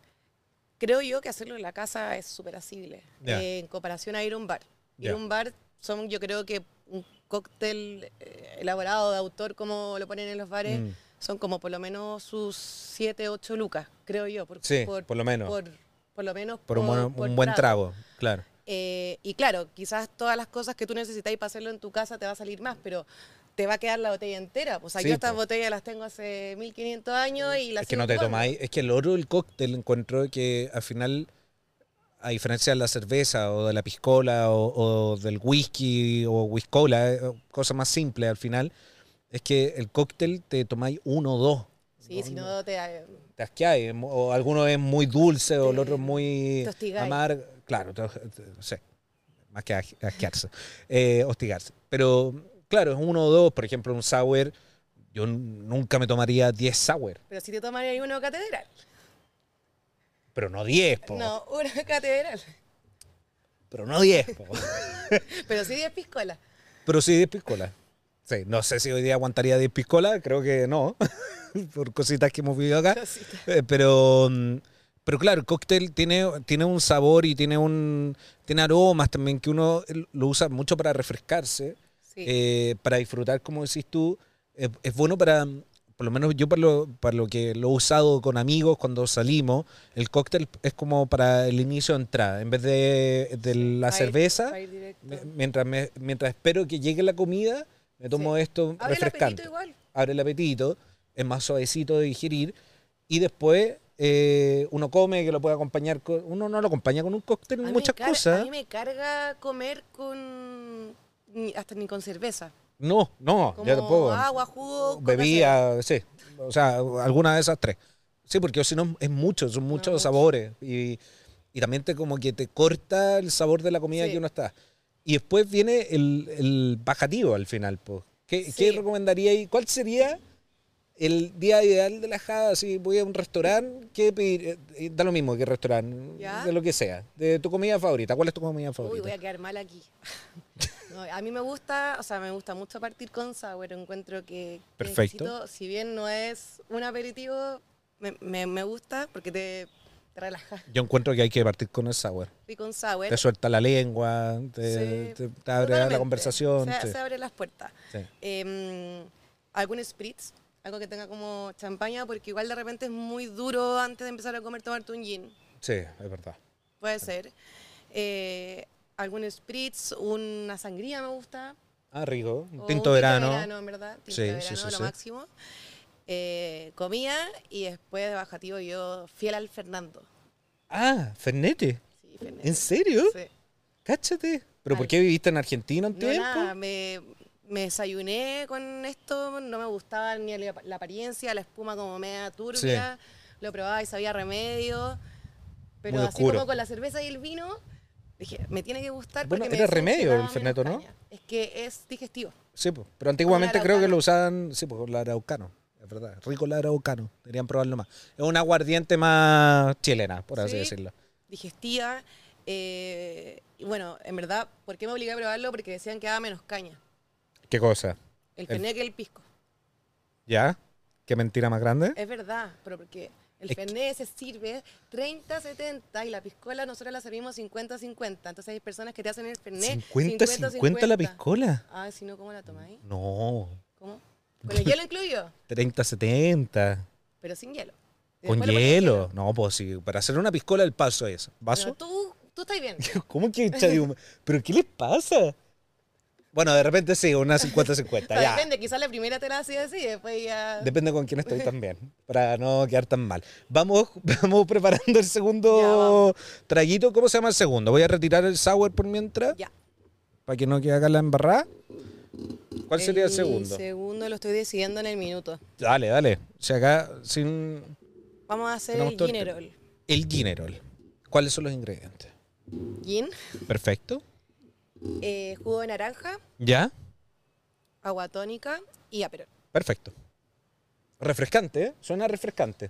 S2: creo yo que hacerlo en la casa es súper asible
S1: Ya.
S2: eh, en comparación a ir a un bar. Ir
S1: Ya.
S2: a un bar son, yo creo que un cóctel eh, elaborado de autor como lo ponen en los bares,
S1: Mm,
S2: son como por lo menos sus 7, 8 lucas, creo yo. Por,
S1: sí, por,
S2: por,
S1: lo menos. Por,
S2: por- por lo menos
S1: un, buen-
S2: por
S1: un buen
S2: trago.
S1: trago, claro.
S2: Eh, y claro, quizás todas las cosas que tú necesitáis para hacerlo en tu casa te va a salir más, pero te va a quedar la botella entera. Pues, O sea,
S1: Sí,
S2: yo estas
S1: po.
S2: botellas las tengo hace 1500 años y las
S1: Es que
S2: sigo
S1: no te
S2: tomando.
S1: tomáis, es que el oro del cóctel encuentro que al final, a diferencia de la cerveza o de la piscola o, o del whisky o whiskola, eh, cosa más simple al final, es que el cóctel te tomáis uno o dos.
S2: Sí, si no te,
S1: Te asqueáis, es mu- o alguno es muy dulce o el
S2: Te-
S1: otro es muy
S2: te hostigáis.
S1: amargo. Claro, te- te- no sé, más que as- asquearse, eh, hostigarse. Pero claro, es uno o dos, por ejemplo, un sour, yo n- nunca me tomaría 10 sour,
S2: pero si te tomaría uno catedral.
S1: pero no 10, po.
S2: No, uno catedral.
S1: Pero no 10, po.
S2: Pero sí 10 piscolas.
S1: Pero sí 10 piscolas. Sí, no sé si hoy día aguantaría 10 piscolas, creo que no, por cositas que hemos vivido acá.
S2: Cosita.
S1: Eh, Pero, mm, pero claro, el cóctel tiene, tiene un sabor y tiene, un, tiene aromas también que uno eh, lo usa mucho para refrescarse,
S2: Sí.
S1: eh, para disfrutar, como decís tú. Es, es bueno para, mm, por lo menos yo para lo, para lo que lo he usado con amigos cuando salimos, el cóctel es como para el inicio de entrada, en vez de, de la
S2: Pa' ir-
S1: cerveza.
S2: pa' ir directo.
S1: Me- mientras, me- mientras espero que llegue la comida, me tomo esto
S2: Abre el apetito
S1: refrescante.
S2: igual.
S1: Abre el apetito, es más suavecito de digerir. Y después eh, uno come, que lo puede acompañar con... Uno no lo acompaña con un cóctel,
S2: A mí me
S1: muchas
S2: car- A
S1: cosas.
S2: mí me carga comer con. ni- hasta ni con cerveza.
S1: No, no,
S2: Como
S1: yo tampoco.
S2: agua, jugo. coca cero.
S1: Bebía, sí. O sea, alguna de esas tres. Sí, porque si no es mucho, son muchos
S2: mucho.
S1: sabores. Y, y también te como que te corta el sabor de la comida
S2: Sí.
S1: que uno está. Y después viene el, el bajativo al final. po. ¿Qué,
S2: Sí.
S1: qué recomendaría y cuál sería el día ideal de la jada? Si voy a un restaurante, ¿qué pedir? Eh, eh, Da lo mismo que restaurante,
S2: Ya.
S1: de lo que sea. De tu comida favorita. ¿Cuál es tu comida
S2: Uy, voy
S1: favorita?
S2: a quedar mal aquí. No, a mí me gusta, o sea, me gusta mucho partir con sour. Encuentro que, que es
S1: Perfecto.
S2: exquisito. si bien no es un aperitivo, me, me- me gusta porque te, te relaja.
S1: Yo encuentro que hay que partir con el sour.
S2: Y con sour
S1: Te suelta la lengua, te,
S2: Sí,
S1: te- te abre la
S2: totalmente.
S1: conversación.
S2: Se,
S1: sí,
S2: se abren las puertas.
S1: sí.
S2: Eh, algún spritz, algo que tenga como champaña, porque igual de repente es muy duro antes de empezar a comer tomarte un gin.
S1: Sí, es verdad.
S2: Puede ser. Eh, algún spritz, una sangría me gusta.
S1: Ah, rico.
S2: O
S1: Un
S2: un
S1: tinto verano.
S2: en verdad. Tinto
S1: Sí, sí,
S2: verano,
S1: sí,
S2: lo
S1: sí.
S2: máximo. Eh, comía y después de bajativo yo fiel al Fernando.
S1: Ah, Fernete.
S2: Sí, Fernet.
S1: ¿En serio?
S2: Sí.
S1: Cáchate. ¿Pero por
S2: Al-
S1: qué viviste en Argentina un
S2: No,
S1: tiempo?
S2: nada, me, me desayuné con esto, no me gustaba ni la, la apariencia, la espuma como media turbia, lo probaba y sabía remedio, pero
S1: Muy
S2: así
S1: oscuro.
S2: como con la cerveza y el vino, dije, me tiene que gustar
S1: Bueno,
S2: porque me
S1: era
S2: decían que
S1: remedio
S2: daba
S1: el
S2: menos
S1: Fernet, ¿o no?
S2: caña. Es que es digestivo.
S1: Sí, po, pero antiguamente creo que
S2: araucano.
S1: lo usaban, sí, pues, la araucano. Es verdad. Rico Araucano. Deberían probarlo más. Es una aguardiente más chilena, por así
S2: Sí.
S1: decirlo.
S2: digestiva. eh, y bueno, en verdad, ¿por qué me obligué a probarlo? Porque decían que daba menos caña.
S1: ¿Qué cosa?
S2: El
S1: El-
S2: fené que el pisco.
S1: ¿Ya? ¿Qué mentira más grande?
S2: Es verdad, pero porque el
S1: Es que-
S2: fené se sirve 30-70 y la piscola nosotros la servimos 50-50. Entonces hay personas que te hacen el fené
S1: 50-50 la piscola.
S2: Ah, si no, ¿cómo la tomáis?
S1: No.
S2: ¿Cómo? Con el hielo incluido,
S1: 30-70.
S2: pero sin hielo. Y
S1: Con
S2: después le pones
S1: hielo. No, pues sí. Para hacer una piscola el paso es.
S2: Pero
S1: ¿Vaso?
S2: tú, tú estás bien.
S1: ¿Cómo que hincha de humo? ¿Pero qué les pasa? Bueno, de repente sí, una 50-50.
S2: O sea,
S1: ya.
S2: Depende, quizás la primera te la hacía así, después ya...
S1: Depende con quién estoy también, para no quedar tan mal. Vamos, vamos preparando el
S2: Ya,
S1: segundo
S2: vamos.
S1: traguito. ¿Cómo se llama el segundo? Voy a retirar el sour por mientras,
S2: ya.
S1: para que no quede acá la embarrada. ¿Cuál sería el segundo?
S2: El segundo lo estoy decidiendo en el minuto.
S1: Dale, dale. Si acá, sin
S2: Vamos a hacer
S1: Tenemos
S2: el
S1: todo el
S2: gin
S1: tiempo.
S2: Erol.
S1: el ginerol. ¿Cuáles son los ingredientes?
S2: Gin,
S1: Perfecto.
S2: eh, jugo de naranja,
S1: ¿Ya?
S2: agua tónica y aperol.
S1: Perfecto. Refrescante, ¿eh? Suena refrescante.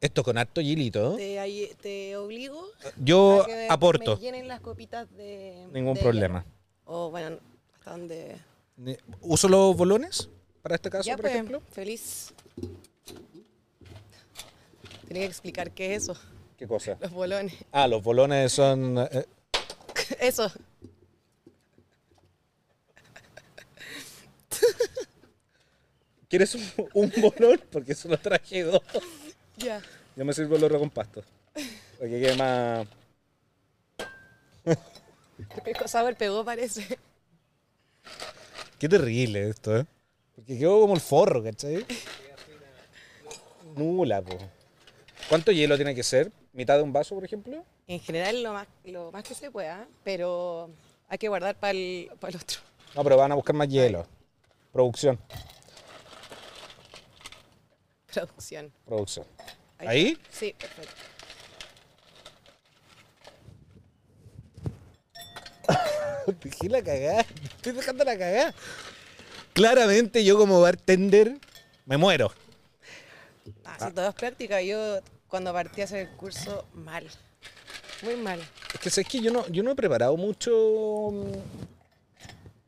S1: Esto con harto gilito. ¿eh?
S2: Te, ahí- te obligo
S1: Yo
S2: a que me-
S1: aporto.
S2: me llenen las copitas de...
S1: Ningún
S2: de
S1: problema.
S2: hielo. O bueno, hasta donde...
S1: Ne- ¿Uso los bolones para este caso,
S2: Ya
S1: por
S2: pues,
S1: ejemplo?
S2: feliz. Tenía que explicar qué es eso,
S1: ¿Qué cosa?
S2: los bolones.
S1: Ah, los bolones son... eh,
S2: Eso.
S1: ¿Quieres un, un bolón? Porque solo traje dos.
S2: Ya.
S1: Yo me sirvo el otro con pasto. Para que quede más...
S2: El sabor pegó parece.
S1: Qué terrible esto, ¿eh? Porque quedó como el forro, ¿cachai? Nula, po. ¿Cuánto hielo tiene que ser? ¿Mitad de un vaso, por ejemplo?
S2: En general lo más, lo más que se pueda, pero hay que guardar para el, para el otro.
S1: No, pero van a buscar más hielo. Producción,
S2: Producción.
S1: producción. ¿Ahí?
S2: Sí, perfecto.
S1: Dejé la cagada. Estoy dejando la cagada. Claramente yo como bartender me muero.
S2: Ah, sí, todo es práctica. Yo cuando partí a hacer el curso, mal. Muy mal.
S1: Es que sabes que yo no, yo no he preparado mucho mm,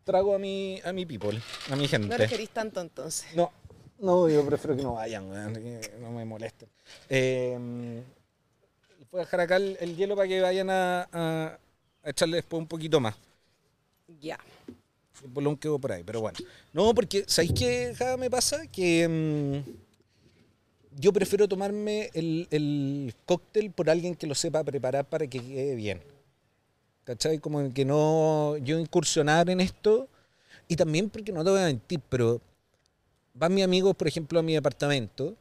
S1: trago a mi, a mi people, a mi
S2: No lo
S1: gente.
S2: querís tanto entonces.
S1: No, no, yo prefiero que no vayan, weón, que no me molesten. Eh, voy a dejar acá el, el hielo para que vayan a, a- a echarle después un poquito más.
S2: Ya.
S1: El bolón quedó por ahí, pero bueno. No, porque ¿sabéis qué Java, me pasa? Que mm, yo prefiero tomarme el, el cóctel por alguien que lo sepa preparar para que quede bien. ¿Cachai? Como que no yo incursionar en esto. Y también porque no te voy a mentir, pero van mis amigos, por ejemplo, a mi departamento.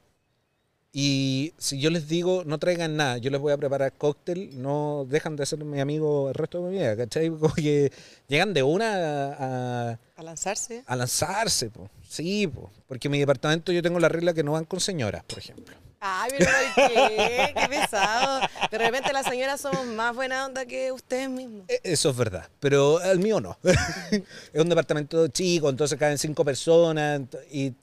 S1: Y si yo les digo, no traigan nada, yo les voy a preparar cóctel, no dejan de ser mi amigo el resto de mi vida, ¿cachai? Como que llegan de una a, a-
S2: A lanzarse.
S1: a lanzarse, po. sí, po. porque en mi departamento yo tengo la regla que no van con señoras, por ejemplo.
S2: Ay, pero ¿por qué? Qué pesado. De repente las señoras somos más buena onda que ustedes mismos.
S1: E- Eso es verdad, pero el mío no. es un departamento chico, entonces caen cinco personas. ent- Y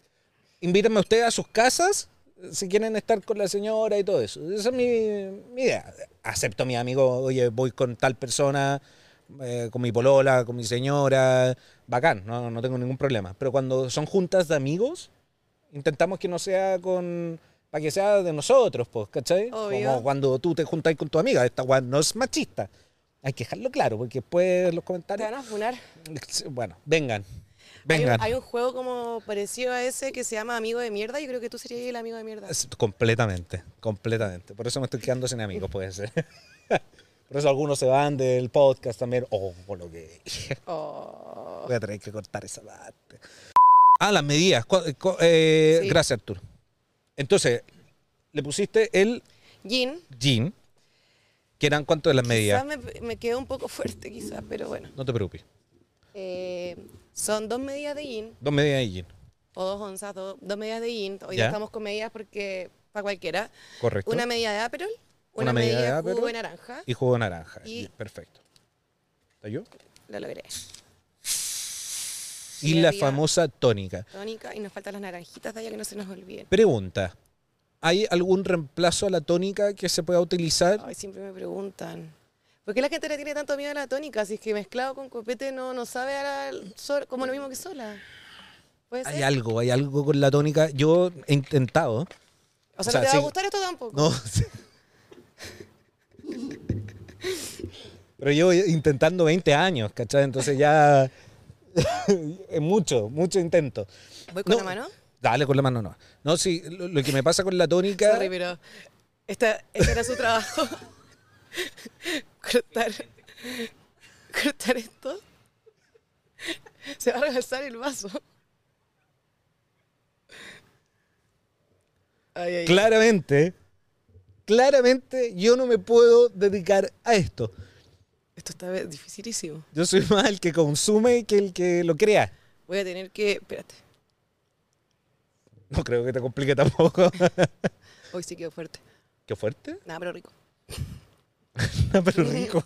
S1: invítanme ustedes a sus casas si quieren estar con la señora y todo eso. Esa es mi, mi idea. Acepto a mi amigo, oye, voy con tal persona, eh, con mi polola, con mi señora. Bacán, no, no tengo ningún problema. Pero cuando son juntas de amigos, intentamos que no sea con... Para que sea de nosotros, pues, ¿cachai?
S2: Obvio.
S1: Como cuando tú te juntas con tu amiga, esta weá no es machista. Hay que dejarlo claro, porque después los
S2: Te
S1: comentarios. eh,
S2: van a funar.
S1: Bueno, vengan.
S2: Hay un-
S1: Vengan.
S2: Hay, un juego como parecido a ese que se llama Amigo de Mierda. Yo creo que tú serías el amigo de mierda.
S1: Es- Completamente, completamente. Por eso me estoy quedando sin amigos, puede ser. Por eso algunos se van del podcast también. Oh, por lo que.
S2: Oh.
S1: Voy a tener que cortar esa parte. Ah, las medidas. Cu- cu- eh,
S2: Sí.
S1: Gracias, Artur. Entonces, le pusiste el
S2: Gin.
S1: jean, que eran cuánto de las medidas.
S2: Quizás me, me quedó un poco fuerte, quizás, pero bueno.
S1: No te preocupes.
S2: Eh, son dos medidas de gin
S1: Dos medidas de jean.
S2: o dos onzas, do- dos medidas de gin. Hoy
S1: Ya.
S2: día estamos con medidas porque para cualquiera.
S1: Correcto.
S2: Una medida de Aperol, una,
S1: Una medida
S2: medida,
S1: de
S2: de jugo
S1: Aperol.
S2: de naranja.
S1: Y jugo de naranja.
S2: Y-
S1: Bien, Perfecto. ¿Está yo?
S2: Lo logré.
S1: y
S2: Sí,
S1: la
S2: había
S1: famosa tónica.
S2: Tónica y nos faltan las naranjitas de allá que no se nos olviden.
S1: Pregunta, ¿hay algún reemplazo a la tónica que se pueda utilizar?
S2: Ay, siempre me preguntan. ¿Por qué la gente le tiene tanto miedo a la tónica? Si es que mezclado con copete no, no sabe a la- sol- como lo mismo que sola. ¿Puede
S1: Hay
S2: ser?
S1: algo, hay algo con la tónica. Yo he intentado.
S2: O
S1: o
S2: sea,
S1: sea,
S2: no te
S1: sí.
S2: va a gustar esto tampoco.
S1: No. Pero llevo intentando 20 años, ¿cachai? Entonces ya. es mucho, mucho intento.
S2: ¿Voy con
S1: No.
S2: la mano?
S1: Dale, con la mano no. No, sí, lo, lo que me pasa con la tónica.
S2: Sorry, pero esta, este era su trabajo. cortar, cortar esto. Se va a rebalsar el vaso. Ay, ay, ay.
S1: claramente, claramente yo no me puedo dedicar a esto.
S2: Esto está dificilísimo.
S1: Yo soy más el que consume que el que lo crea.
S2: Voy a tener que... Espérate.
S1: No creo que te complique tampoco.
S2: Hoy sí quedó fuerte.
S1: Qué fuerte,
S2: Nada, pero rico.
S1: pero rico.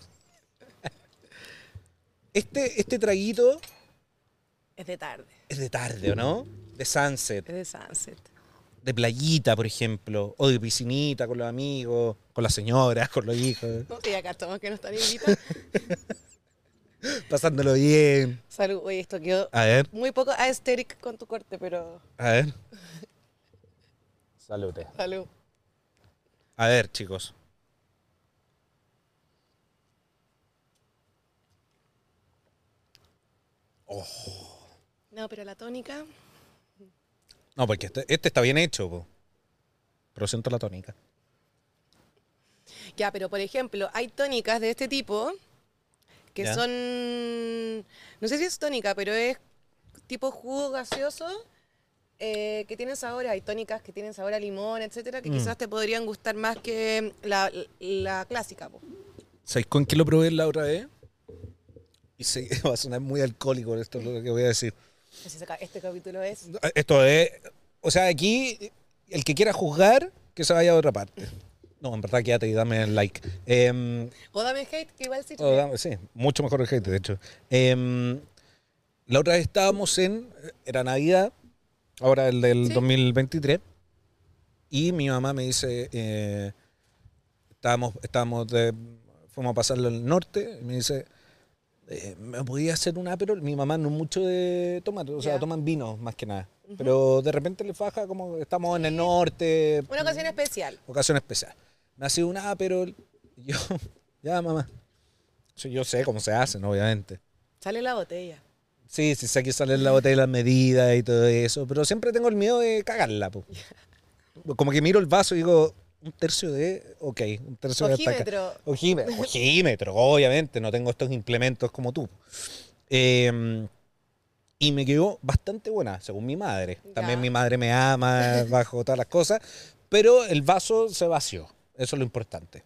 S1: Este, este traguito
S2: Es de tarde.
S1: es de tarde, ¿o no? De sunset,
S2: Es de sunset.
S1: de playita, por ejemplo, o de piscinita con los amigos, con las señoras, con los hijos,
S2: No, y acá estamos que no están invitados.
S1: pasándolo bien.
S2: Salud. Oye, esto quedó
S1: A ver,
S2: muy poco aesthetic con tu corte, pero
S1: a ver. Salute.
S2: salud.
S1: A ver, chicos.
S2: No, pero la tónica...
S1: No, porque este, este está bien hecho, po. Pero siento la tónica.
S2: Ya, pero por ejemplo, hay tónicas de este tipo que
S1: Ya.
S2: son. No sé si es tónica, pero es tipo jugo gaseoso eh, que tienen sabor. Hay tónicas que tienen sabor a limón, etcétera, que
S1: Mm.
S2: quizás te podrían gustar más que la, la clásica. po.
S1: ¿Sabéis con qué lo probé la otra vez? Y sé que va a sonar muy alcohólico esto es lo que voy a decir.
S2: Así se ca- Este capítulo es.
S1: Esto es. O sea, aquí, el que quiera juzgar, que se vaya a otra parte. No, en verdad, quédate y dame el like. Em,
S2: O dame hate, que igual sí.
S1: o Oh, dame- sí, mucho mejor el hate, de hecho. Em, la otra vez estábamos en. Era Navidad, ahora el del
S2: Sí.
S1: 2023. Y mi mamá me dice. eh, estábamos, estábamos de- fuimos a pasarlo al norte. Y me dice. eh, ¿Me podía hacer un aperol? Mi mamá no es mucho de tomar, o sea,
S2: Ya.
S1: toman vino más que nada. Pero de repente le faja como estamos en el norte,
S2: Una ocasión especial.
S1: ocasión especial. Me ha sido un aperol. y Yo, ya mamá. Sí, yo sé cómo se hacen, obviamente.
S2: Sale la botella.
S1: Sí, sí, sé que salen la botella y las medidas y todo eso, pero siempre tengo el miedo de cagarla, po. Como que miro el vaso y digo, un tercio de, ok, un tercio de hasta acá.
S2: Ojímetro.
S1: Ojímetro. Ojímetro, obviamente, no tengo estos implementos como tú. Eh, y me quedó bastante buena, según mi madre. También
S2: Ya.
S1: mi madre me ama bajo todas las cosas, pero el vaso se vació, eso es lo importante.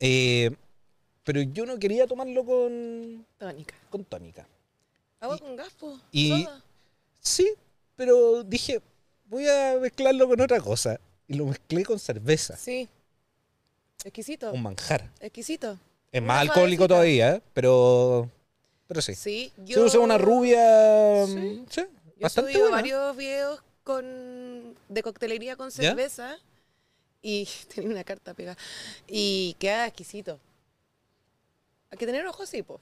S1: Eh, pero yo no quería tomarlo con,
S2: Tónica.
S1: con tónica.
S2: Agua con gas, po.
S1: y-
S2: Soda.
S1: Sí, pero dije, voy a mezclarlo con otra cosa. Y lo mezclé con cerveza,
S2: Sí. Exquisito.
S1: un manjar.
S2: Exquisito.
S1: Es
S2: Oh. Una
S1: más alcohólico
S2: suavecita.
S1: todavía, ¿eh? pero, pero sí.
S2: Sí.
S1: Si usa una rubia, mm, sí,
S2: Yo he
S1: bastante
S2: subido
S1: buena.
S2: varios videos con, de coctelería con
S1: ¿Ya?
S2: cerveza y tenía una carta pegada. Y queda exquisito. Hay que tener ojos, sí, po.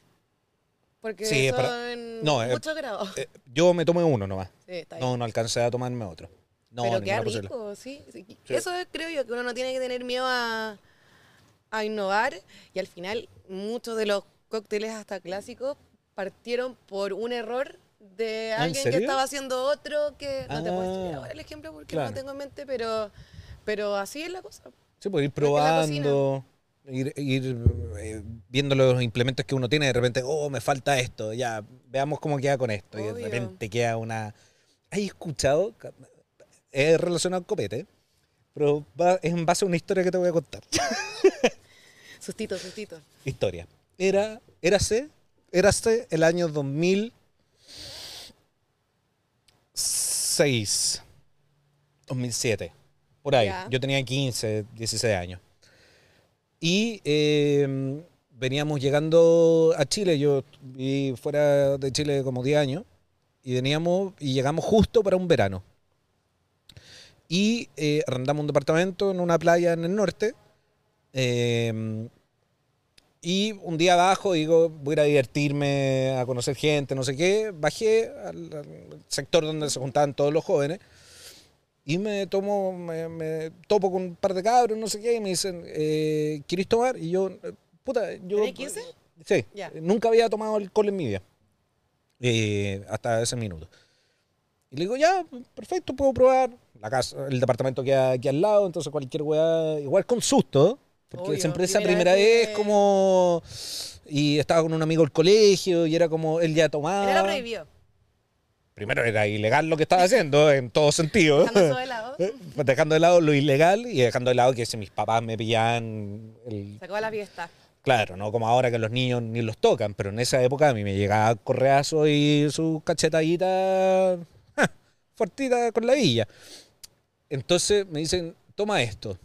S2: Porque
S1: Sí,
S2: son
S1: para- no, eh,
S2: muchos grados.
S1: Eh, yo me tomé uno nomás.
S2: Sí, está bien.
S1: No, no alcancé a tomarme otro. No,
S2: Pero
S1: ninguna
S2: queda
S1: posible.
S2: rico, sí, sí.
S1: Sí.
S2: Eso es, creo yo, que uno no tiene que tener miedo a, a innovar. Y al final, muchos de los cócteles hasta clásicos partieron por un error de
S1: ¿Ah, en
S2: alguien que
S1: serio?
S2: estaba haciendo otro que... No te puedo decir
S1: Ah,
S2: ahora el ejemplo porque no
S1: claro.
S2: lo tengo en mente, pero, pero así es la cosa.
S1: Sí, pues ir
S2: Creo que la
S1: probando, ir, ir, eh, viendo los implementos que uno tiene, de repente, oh, me falta esto, ya, veamos cómo queda con esto. Y de
S2: Obvio.
S1: repente queda una... ¿Has escuchado? Es relacionado al copete, pero va- es en base a una historia que te voy a contar.
S2: Sustito, sustito.
S1: historia. Era, érase, érase el año 2006, 2007, por ahí.
S2: Ya.
S1: Yo tenía 15, 16 años. Y eh, veníamos llegando a Chile, yo viví fuera de Chile como 10 años, y veníamos y llegamos justo para un verano. Y eh, arrendamos un departamento en una playa en el norte. eh, y un día abajo digo, voy a ir a divertirme, a conocer gente, no sé qué. Bajé al, al sector donde se juntaban todos los jóvenes. Y me tomo, me, me topo con un par de cabros, no sé qué, y me dicen, eh, ¿quieres tomar? Y yo, puta, yo...
S2: ¿Tenías 15?
S1: Sí,
S2: Ya.
S1: nunca había tomado alcohol en mi vida. eh, hasta ese minuto. Y le digo, ya, perfecto, puedo probar. La casa, el departamento queda aquí al lado, entonces cualquier weá, igual con susto, ¿eh? porque
S2: Obvio,
S1: siempre esa primera
S2: primera vez
S1: vez
S2: que-
S1: como... Y estaba con un amigo del colegio y era como, él ya tomaba.
S2: Era lo prohibido.
S1: Primero era ilegal lo que estaba haciendo, en todo sentido.
S2: Dejando eso de lado.
S1: Eh, dejando de lado lo ilegal y dejando de lado que si mis papás me pillaban, el-
S2: Se acabó la fiesta.
S1: claro, no como ahora que los niños ni los tocan, pero en esa época a mí me llegaba correazo y su cachetadita ja, fuertita con la villa. Entonces me dicen, toma esto.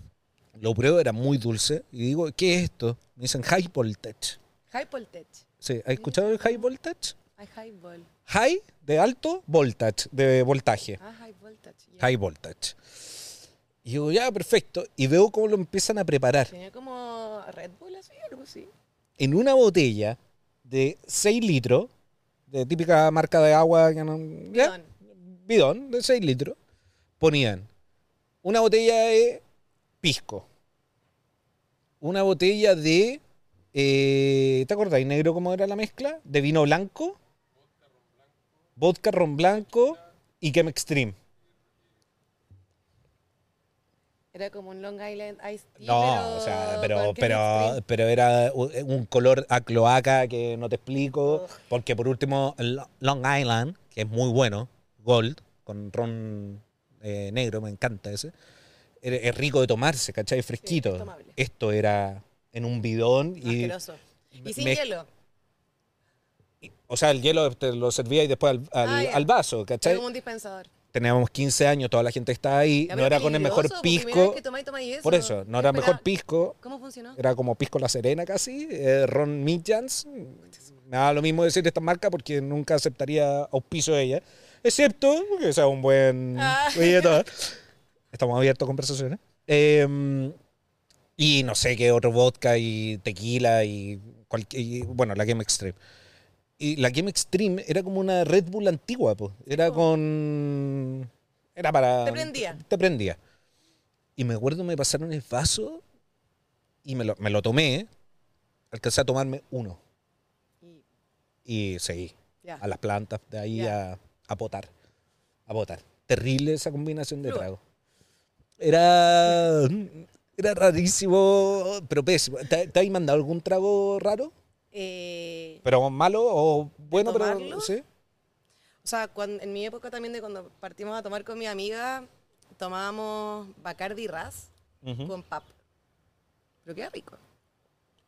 S1: Lo pruebo, era muy dulce. Y digo, ¿qué es esto? Me dicen, high voltage.
S2: High voltage.
S1: Sí, ¿Has escuchado el high voltage?
S2: Ay, high ball.
S1: High de alto, voltage de voltaje.
S2: Ah, high voltage. ya.
S1: High voltage. Y digo, ya, perfecto. Y veo cómo lo empiezan a preparar.
S2: Tenía como Red Bull así, algo así.
S1: En una botella de 6 litros, de típica marca de agua, que no- ¿ya?
S2: Bidón.
S1: bidón de 6 litros, ponían una botella de pisco, una botella de, eh, ¿te acordáis negro cómo era la mezcla? De vino blanco, vodka, ron blanco y Kem Extreme.
S2: Era como un Long Island Ice Tea,
S1: No,
S2: pero
S1: o sea,
S2: con
S1: pero,
S2: Kelly
S1: pero,
S2: Extreme.
S1: pero era u- un color a cloaca que no te explico. Porque por último, Lo- Long Island, que es muy bueno, Gold, con ron eh, negro, me encanta ese. era- Es rico de tomarse, ¿cachai? Fresquito.
S2: es tomable.
S1: Esto era en un bidón y.
S2: Asqueroso. Y sin
S1: me-
S2: hielo.
S1: O sea, el hielo te lo servía y después al, al-
S2: Ah, ya.
S1: al vaso,
S2: Era
S1: ¿cachai?
S2: como un dispensador.
S1: Teníamos 15 años, toda la gente estaba ahí.
S2: Ya,
S1: no
S2: pero
S1: era
S2: es
S1: con el mejor
S2: peligroso, porque primera vez
S1: pisco.
S2: que tomáis, tomáis eso.
S1: Por eso, no
S2: Yo
S1: era mejor
S2: esperaba-
S1: pisco.
S2: ¿Cómo funcionó?
S1: Era como Pisco La Serena casi, eh, Ron Mitjans. Me da lo mismo decir esta marca porque nunca aceptaría auspicio de ella. Excepto que sea un buen...
S2: Ah.
S1: Oye, todo. Estamos abiertos a conversaciones. Eh, y no sé qué otro vodka y tequila y, cualqui- y, bueno, la Game Extreme. Y la Game Extreme era como una Red Bull antigua, pues. Era
S2: po.
S1: con... Era para...
S2: Oh. Te prendía.
S1: Te prendía. Y me acuerdo me pasaron el vaso y me lo, me lo tomé. Alcancé a tomarme uno
S2: Y
S1: y seguí
S2: ya.
S1: a las plantas de ahí
S2: Ya.
S1: a, a potar. A potar. Terrible esa combinación de
S2: Fluo.
S1: tragos. Era, era rarísimo, pero pésimo. ¿Te, te has mandado algún trago raro?
S2: Eh,
S1: ¿Pero malo o bueno? Pero,
S2: tomarlo?
S1: ¿sí?
S2: o sea, cuan- en mi época también de cuando partimos a tomar con mi amiga, tomábamos Bacardi Ras
S1: Ujú.
S2: con pap. Pero queda rico.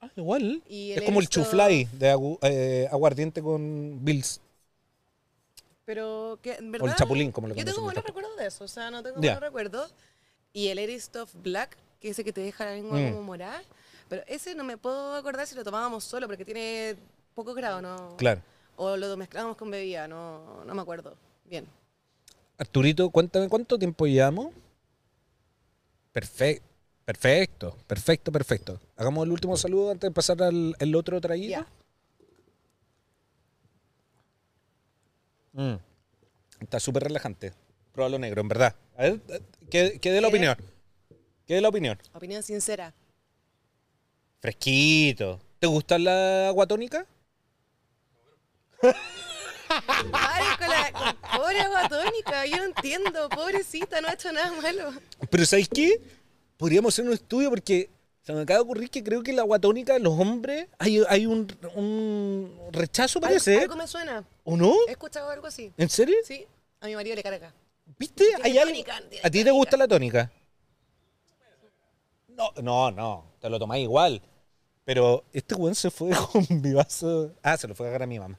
S1: Ah, igual.
S2: Y
S1: es como el
S2: Erizo-
S1: chuflay de agu- eh, aguardiente con Bills.
S2: Pero que en
S1: O
S2: verdad.
S1: el chapulín, como lo
S2: Yo tengo
S1: conocemos
S2: buenos
S1: acá.
S2: recuerdos de eso, o sea, no tengo
S1: Ya.
S2: buenos recuerdos. Y el Eristoff Black, que ese que te deja la lengua
S1: Mm.
S2: como morada. Pero ese no me puedo acordar si lo tomábamos solo, porque tiene pocos grados, ¿no?
S1: Claro.
S2: O lo mezclábamos con bebida, no, no me acuerdo. Bien.
S1: Arturito, cuéntame cuánto tiempo llevamos. Perfecto. Perfecto, perfecto, perfecto. Hagamos el último saludo antes de pasar al el otro traguito.
S2: Ya.
S1: Mm. Está súper relajante. Pruébalo negro, en verdad. A ver, eh, que, que dé la
S2: ¿Qué?
S1: opinión. Que dé la opinión.
S2: Opinión sincera.
S1: Fresquito. ¿Te gusta la agua tónica?
S2: Paren con la con- pobre agua tónica, yo no entiendo, pobrecita, no ha hecho nada malo.
S1: Pero ¿sabéis qué? Podríamos hacer un estudio porque se me acaba de ocurrir que creo que la agua tónica, los hombres, hay, hay un, un rechazo parece,
S2: Algo,
S1: ¿eh?
S2: algo me suena.
S1: ¿o no?
S2: He escuchado algo así.
S1: ¿En serio?
S2: Sí, a mi marido le carga.
S1: ¿Viste? Hay algo-
S2: tónica, tiene
S1: ¿A ti te
S2: tónica.
S1: gusta la tónica? No, no, no. Te lo tomás igual. Pero este weón se fue con mi vaso. Ah, se lo fue a agarrar a mi mamá.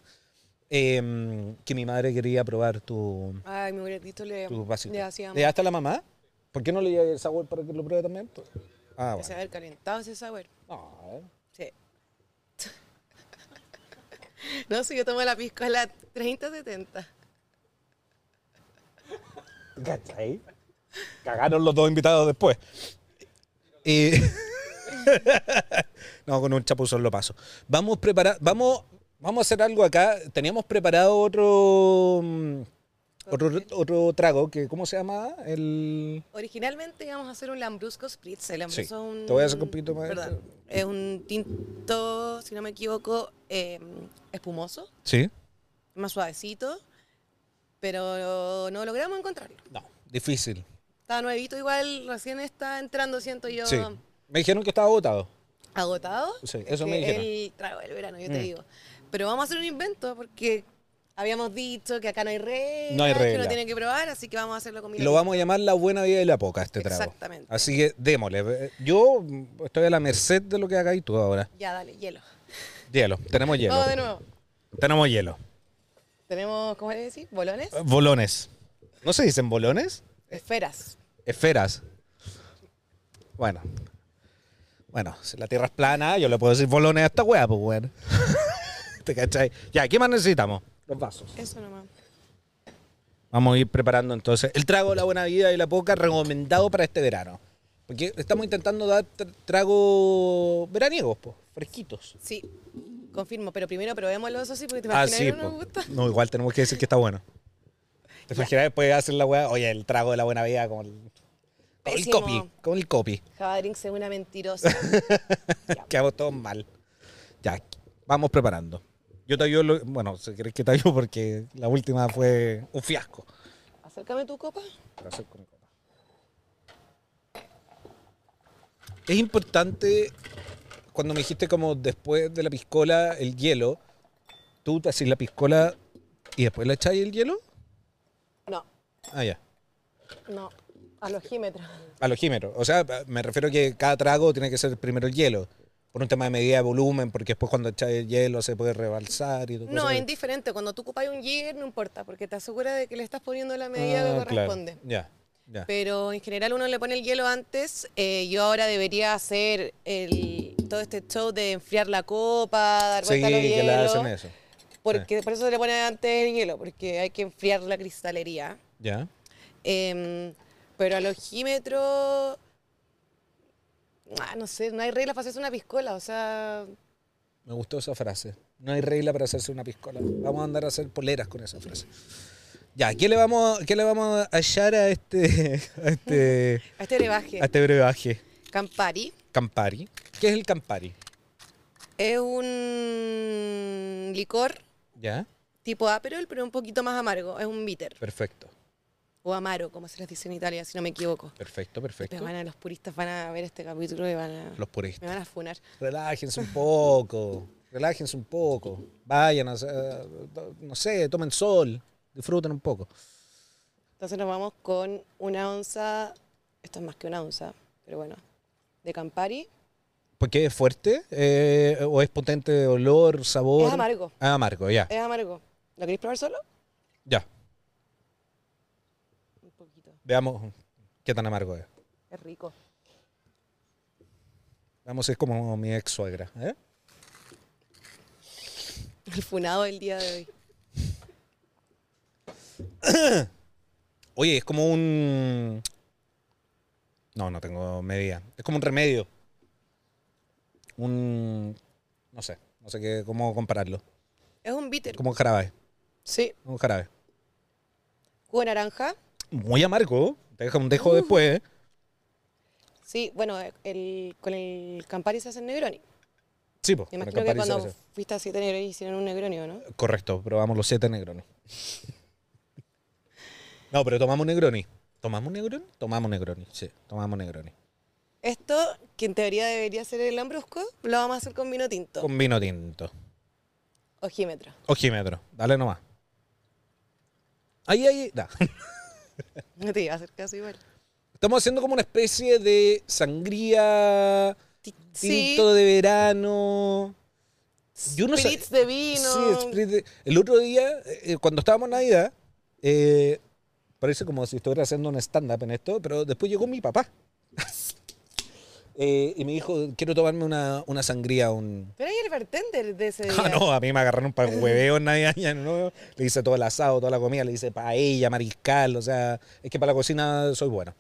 S1: Em, que mi madre quería probar tu,
S2: Ay, mi abuelito le,
S1: tu vasito.
S2: le hacía
S1: ¿Le daste a la mamá? ¿Por qué no le llevas el sabor para que lo pruebe también? Ah,
S2: Se haber calentado ese sabor.
S1: bueno. No, eh.
S2: Sí. No, si yo tomo la pisco a las 30, 70.
S1: ¿Cachai? Cagaron los dos invitados después. Y- no, con un chapuzón lo paso. Vamos prepara- vamos, vamos a hacer algo acá. Teníamos preparado otro mm, otro, otro trago que ¿cómo se llama? El
S2: Originalmente íbamos a hacer un Lambrusco Spritz. El Lambrusco
S1: Sí.
S2: es un.
S1: Te voy a sacar un poquito más de
S2: perdón,
S1: esto.
S2: Es un tinto, si no me equivoco, eh, espumoso,
S1: Sí.
S2: más suavecito, pero no logramos encontrarlo.
S1: No, difícil.
S2: Estaba nuevito igual, recién está entrando, siento yo,
S1: Sí. Me dijeron que estaba agotado.
S2: agotado.
S1: Sí, eso
S2: que
S1: me dijeron.
S2: El trago del verano, yo te
S1: Mm.
S2: digo. Pero vamos a hacer un invento porque habíamos dicho que acá no hay reglas,
S1: No hay
S2: que
S1: regla.
S2: uno tiene que probar, así que vamos a hacerlo con
S1: Y lo vamos a llamar la buena vida y la poca este trago.
S2: Exactamente.
S1: Así que démosle. Yo mm, estoy a la merced de lo que hagáis tú ahora.
S2: Ya, dale, hielo.
S1: Hielo, tenemos hielo.
S2: Vamos de nuevo.
S1: Tenemos hielo.
S2: Tenemos, ¿cómo le decís? Bolones.
S1: Eh, Bolones. ¿No se dicen bolones?
S2: Esferas.
S1: Esferas. Bueno. Bueno, si la tierra es plana, yo le puedo decir bolones a esta wea, pues bueno. ¿Te cachai? Ya, ¿qué más necesitamos? Los vasos.
S2: Eso nomás.
S1: Vamos a ir preparando entonces el trago de la buena vida y la poca recomendado para este verano. Porque estamos intentando dar tr- tragos veraniegos, pues, fresquitos.
S2: Sí, confirmo, pero primero probémoslo, eso sí, porque te
S1: Ah,
S2: imaginas
S1: sí,
S2: que no nos
S1: po.
S2: gusta.
S1: No, igual tenemos que decir que está bueno. Te imaginas después hacer la weá, oye, el trago de la buena vida como el, como el
S2: Pésimo.
S1: copy, como el copy.
S2: Java Drinks es una mentirosa. Ya.
S1: Quedamos todos mal. Ya, vamos preparando. Yo te ayudo, lo- bueno, si querés que te ayudo porque la última fue un fiasco.
S2: Acércame tu copa.
S1: Lo acerco a mi copa. Es importante, cuando me dijiste como después de la piscola, el hielo, tú te haces la piscola y después le echáis el hielo.
S2: No,
S1: Ah, ya.
S2: no, a los jímetros.
S1: Al ojímetro. O sea, me refiero que cada trago tiene que ser primero el hielo. Por un tema de medida de volumen, porque después cuando echas el hielo se puede rebalsar y todo
S2: No, es indiferente. Cuando tú ocupas un jigger no importa, porque te asegura de que le estás poniendo la
S1: Ah,
S2: medida que corresponde.
S1: Ya, ya.
S2: Pero en general uno le pone el hielo antes. Eh, yo ahora debería hacer el, todo este show de enfriar la copa, dar
S1: Sí,
S2: vuelta a los
S1: que la
S2: hielos,
S1: hacen eso.
S2: Porque por eso se le pone antes el hielo, porque hay que enfriar la cristalería.
S1: Ya.
S2: Em, pero al ojímetro. ah, no sé, no hay reglas para hacerse una piscola, o sea.
S1: Me gustó esa frase. No hay regla para hacerse una piscola. Vamos a andar a hacer poleras con esa frase. Ya, ¿qué le vamos, a- qué le vamos a hallar a este, a este,
S2: A este brebaje.
S1: a este brebaje?
S2: Campari
S1: Campari. ¿Qué es el Campari?
S2: es un licor
S1: Ya,
S2: tipo Aperol, pero un poquito más amargo. Es un bitter.
S1: perfecto.
S2: O amaro, como se les dice en Italia, si no me equivoco.
S1: Perfecto,
S2: Pero
S1: perfecto.
S2: van a, los puristas van a ver este capítulo y van a.
S1: Los puristas.
S2: Me van a funar.
S1: Relájense un poco. Relájense un poco. Vayan a, hacer- eh, no sé, tomen sol. Disfruten un poco.
S2: Entonces nos vamos con una onza. Esto es más que una onza, pero bueno. De Campari.
S1: ¿Por qué es fuerte? Eh, ¿O es potente de olor, sabor?
S2: Es amargo.
S1: Ah, amargo, ya.
S2: Es amargo. ¿Lo queréis probar solo?
S1: Ya.
S2: Un poquito.
S1: Veamos qué tan amargo es.
S2: Es rico.
S1: Vamos, es como mi ex suegra. ¿eh?
S2: El funado del día de hoy.
S1: Oye, es como un. No, no tengo medida. Es como un remedio. Un. No sé. No sé qué, cómo compararlo.
S2: Es un bitter.
S1: Es como un jarabe.
S2: Sí.
S1: Un jarabe.
S2: Jugo de naranja.
S1: Muy amargo. Te deja un dejo después. ¿eh?
S2: Sí, bueno, el, con el Campari se hacen Negroni.
S1: Sí, pues.
S2: Me imagino que cuando fuiste a Siete Negroni hicieron un Negroni, ¿o no?
S1: Correcto, probamos los siete Negroni. no, pero tomamos Negroni. ¿Tomamos Negroni? Tomamos Negroni, sí. Tomamos Negroni.
S2: Esto, que en teoría debería ser el Lambrusco, lo vamos a hacer con vino tinto.
S1: Con vino tinto.
S2: Ojímetro.
S1: Ojímetro, dale nomás. Ahí, ahí, da.
S2: No te iba a hacer caso igual.
S1: Estamos haciendo como una especie de sangría,
S2: Ti- Sí,
S1: tinto de verano. Yo no sé-
S2: spritz de vino.
S1: Sí, spritz de- el otro día, eh, eh, cuando estábamos en Navidad, eh, parece como si estuviera haciendo un stand-up en esto, pero después llegó mi papá. eh, y me dijo, quiero tomarme una, una sangría, un...
S2: Pero ahí el bartender de ese día.
S1: Ah, no, a mí me agarraron para hueveo en Navidad, ya no. Le hice todo el asado, toda la comida, le hice paella, mariscal, o sea, es que para la cocina soy bueno.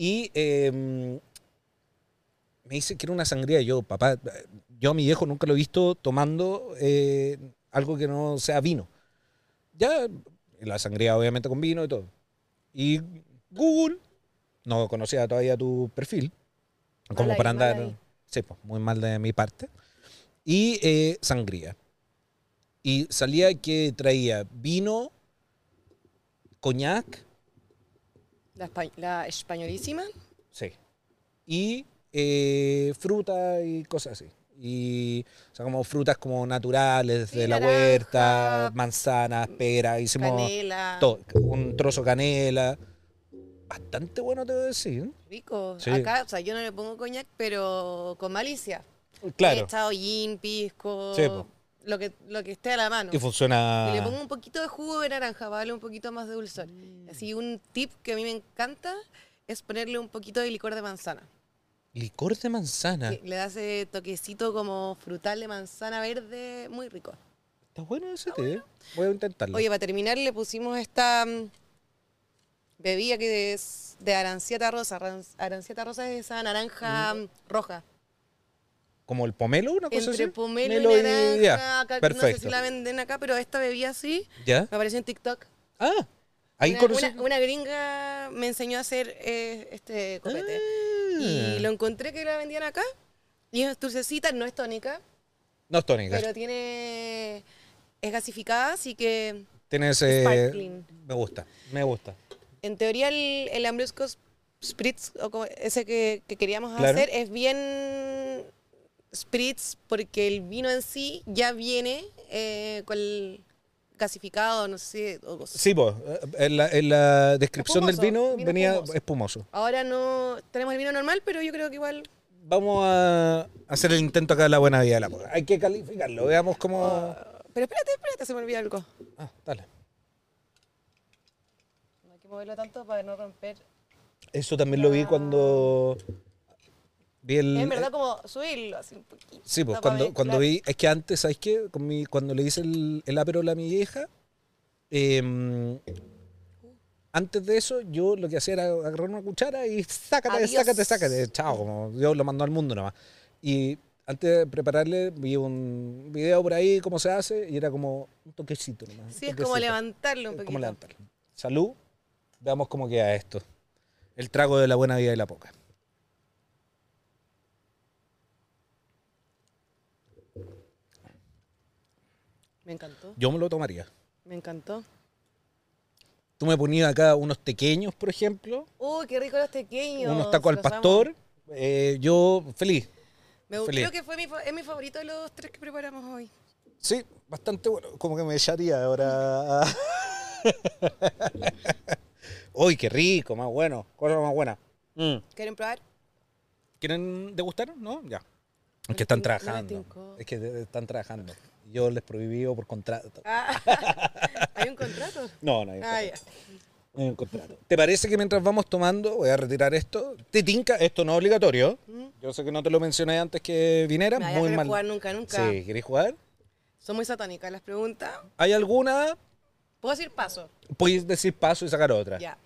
S1: Y eh, me dice, quiero una sangría. Y Yo, papá, yo a mi viejo nunca lo he visto tomando eh, algo que no sea vino. Ya, la sangría obviamente con vino y todo. Y Google, no conocía todavía tu perfil, como
S2: ahí,
S1: para
S2: mal
S1: andar...
S2: ahí.
S1: Sí, pues, muy mal de mi parte. Y eh, sangría. Y salía que traía vino, coñac,
S2: La, espa- la españolísima.
S1: Sí. Y eh, fruta y cosas así. Y, o sea, como frutas como naturales,
S2: Sí,
S1: de la
S2: naranja,
S1: huerta, manzanas, peras, hicimos
S2: Canela.
S1: todo. Un trozo de canela. Bastante bueno, te voy a decir.
S2: Rico.
S1: Sí.
S2: Acá, o sea, yo no le pongo coñac, pero con malicia. He
S1: Claro.
S2: echado gin, pisco,
S1: Sí, po.
S2: lo, que, lo que esté a la mano.
S1: Y Ah. funciona.
S2: Y le pongo un poquito de jugo de naranja para darle un poquito más de dulzor.
S1: Mm.
S2: Así un tip que a mí me encanta es ponerle un poquito de licor de manzana.
S1: Licor de manzana.
S2: Que Le da ese toquecito como frutal de manzana verde, muy rico.
S1: Está bueno ese té. Voy a intentarlo.
S2: Oye, para terminar le pusimos esta mm, bebida que es de aranciata rosa. Aran- Aranciata rosa es esa naranja mm, roja.
S1: como el pomelo, una Ah, cosa
S2: Entre
S1: así.
S2: pomelo y
S1: Melo
S2: naranja.
S1: ya,
S2: acá No sé
S1: Perfecto.
S2: si la venden acá, pero esta bebida sí.
S1: ¿Ya?
S2: Me apareció en TikTok.
S1: Ah, ahí
S2: una,
S1: conocí.
S2: una- una gringa me enseñó a hacer eh, este copete.
S1: Ah.
S2: Y lo encontré que la vendían acá. Y es dulcecita, no es tónica,
S1: No es tónica.
S2: pero tiene. Es gasificada, así que
S1: Tienes. eh,
S2: Sparkling.
S1: me gusta, me gusta.
S2: en teoría el, el Lambrusco Spritz, o como ese que, que queríamos
S1: Claro.
S2: hacer, es bien Spritz porque el vino en sí ya viene eh, con el gasificado, no sé. o-
S1: Sí, pues, en la, en la descripción
S2: Espumoso,
S1: del vino,
S2: vino
S1: venía
S2: espumoso.
S1: espumoso.
S2: Ahora no tenemos el vino normal, pero yo creo que igual
S1: Vamos a hacer el intento acá de la buena vida de la poca. Hay que calificarlo, veamos cómo...
S2: Ah, Pero espérate, espérate, se me olvidó algo.
S1: Ah, dale.
S2: No hay que moverlo tanto para no romper.
S1: Eso también lo vi cuando vi el...
S2: En verdad, como subirlo así un poquito.
S1: eh, Sí, pues
S2: para
S1: cuando,
S2: mezclar.
S1: cuando vi, es que antes, ¿sabes qué? Con mi- cuando le hice el, el Aperol a mi vieja, eh, antes de eso yo lo que hacía era agarrar una cuchara y sácate,
S2: Adiós.
S1: sácate, sácate, chao, como Dios lo mandó al mundo nomás. Y antes de prepararle vi un video por ahí, cómo se hace, y era como un toquecito nomás. un
S2: Sí, es como
S1: toquecito.
S2: levantarlo un
S1: Es
S2: poquito.
S1: como levantarlo. Salud, veamos cómo queda esto. El trago de la buena vida y la poca.
S2: Me encantó,
S1: Yo me lo tomaría.
S2: me encantó.
S1: Tú me ponías acá unos pequeños, por ejemplo,
S2: Uy, qué rico los pequeños.
S1: unos tacos al
S2: los amo.
S1: pastor. eh, yo feliz.
S2: Me,
S1: feliz.
S2: creo que fue mi, fa- es mi favorito de los tres que preparamos hoy.
S1: Sí, bastante bueno. Como que me echaría ahora. Uy, qué rico, más bueno. Cosa más buena. Mm.
S2: ¿Quieren probar?
S1: ¿Quieren degustar? ¿No? Ya. Es
S2: No
S1: que
S2: les
S1: están
S2: tin- no les
S1: trabajando.
S2: tincó.
S1: Es que eh, están trabajando. Yo les prohibí por contrato.
S2: Ah, ¿Hay un contrato?
S1: No, no hay,
S2: Ah,
S1: contrato,
S2: ya.
S1: no hay un contrato. ¿Te parece que mientras vamos tomando, voy a retirar esto? Te tinca, esto no es obligatorio.
S2: Mm.
S1: Yo sé que no te lo mencioné antes que viniera.
S2: Me vaya a
S1: Muy
S2: querer
S1: mal.
S2: jugar nunca, nunca.
S1: Sí, ¿querés jugar?
S2: Son muy satánicas las preguntas.
S1: ¿Hay alguna?
S2: ¿Puedo decir paso?
S1: Puedes decir paso y sacar otra.
S2: Ya.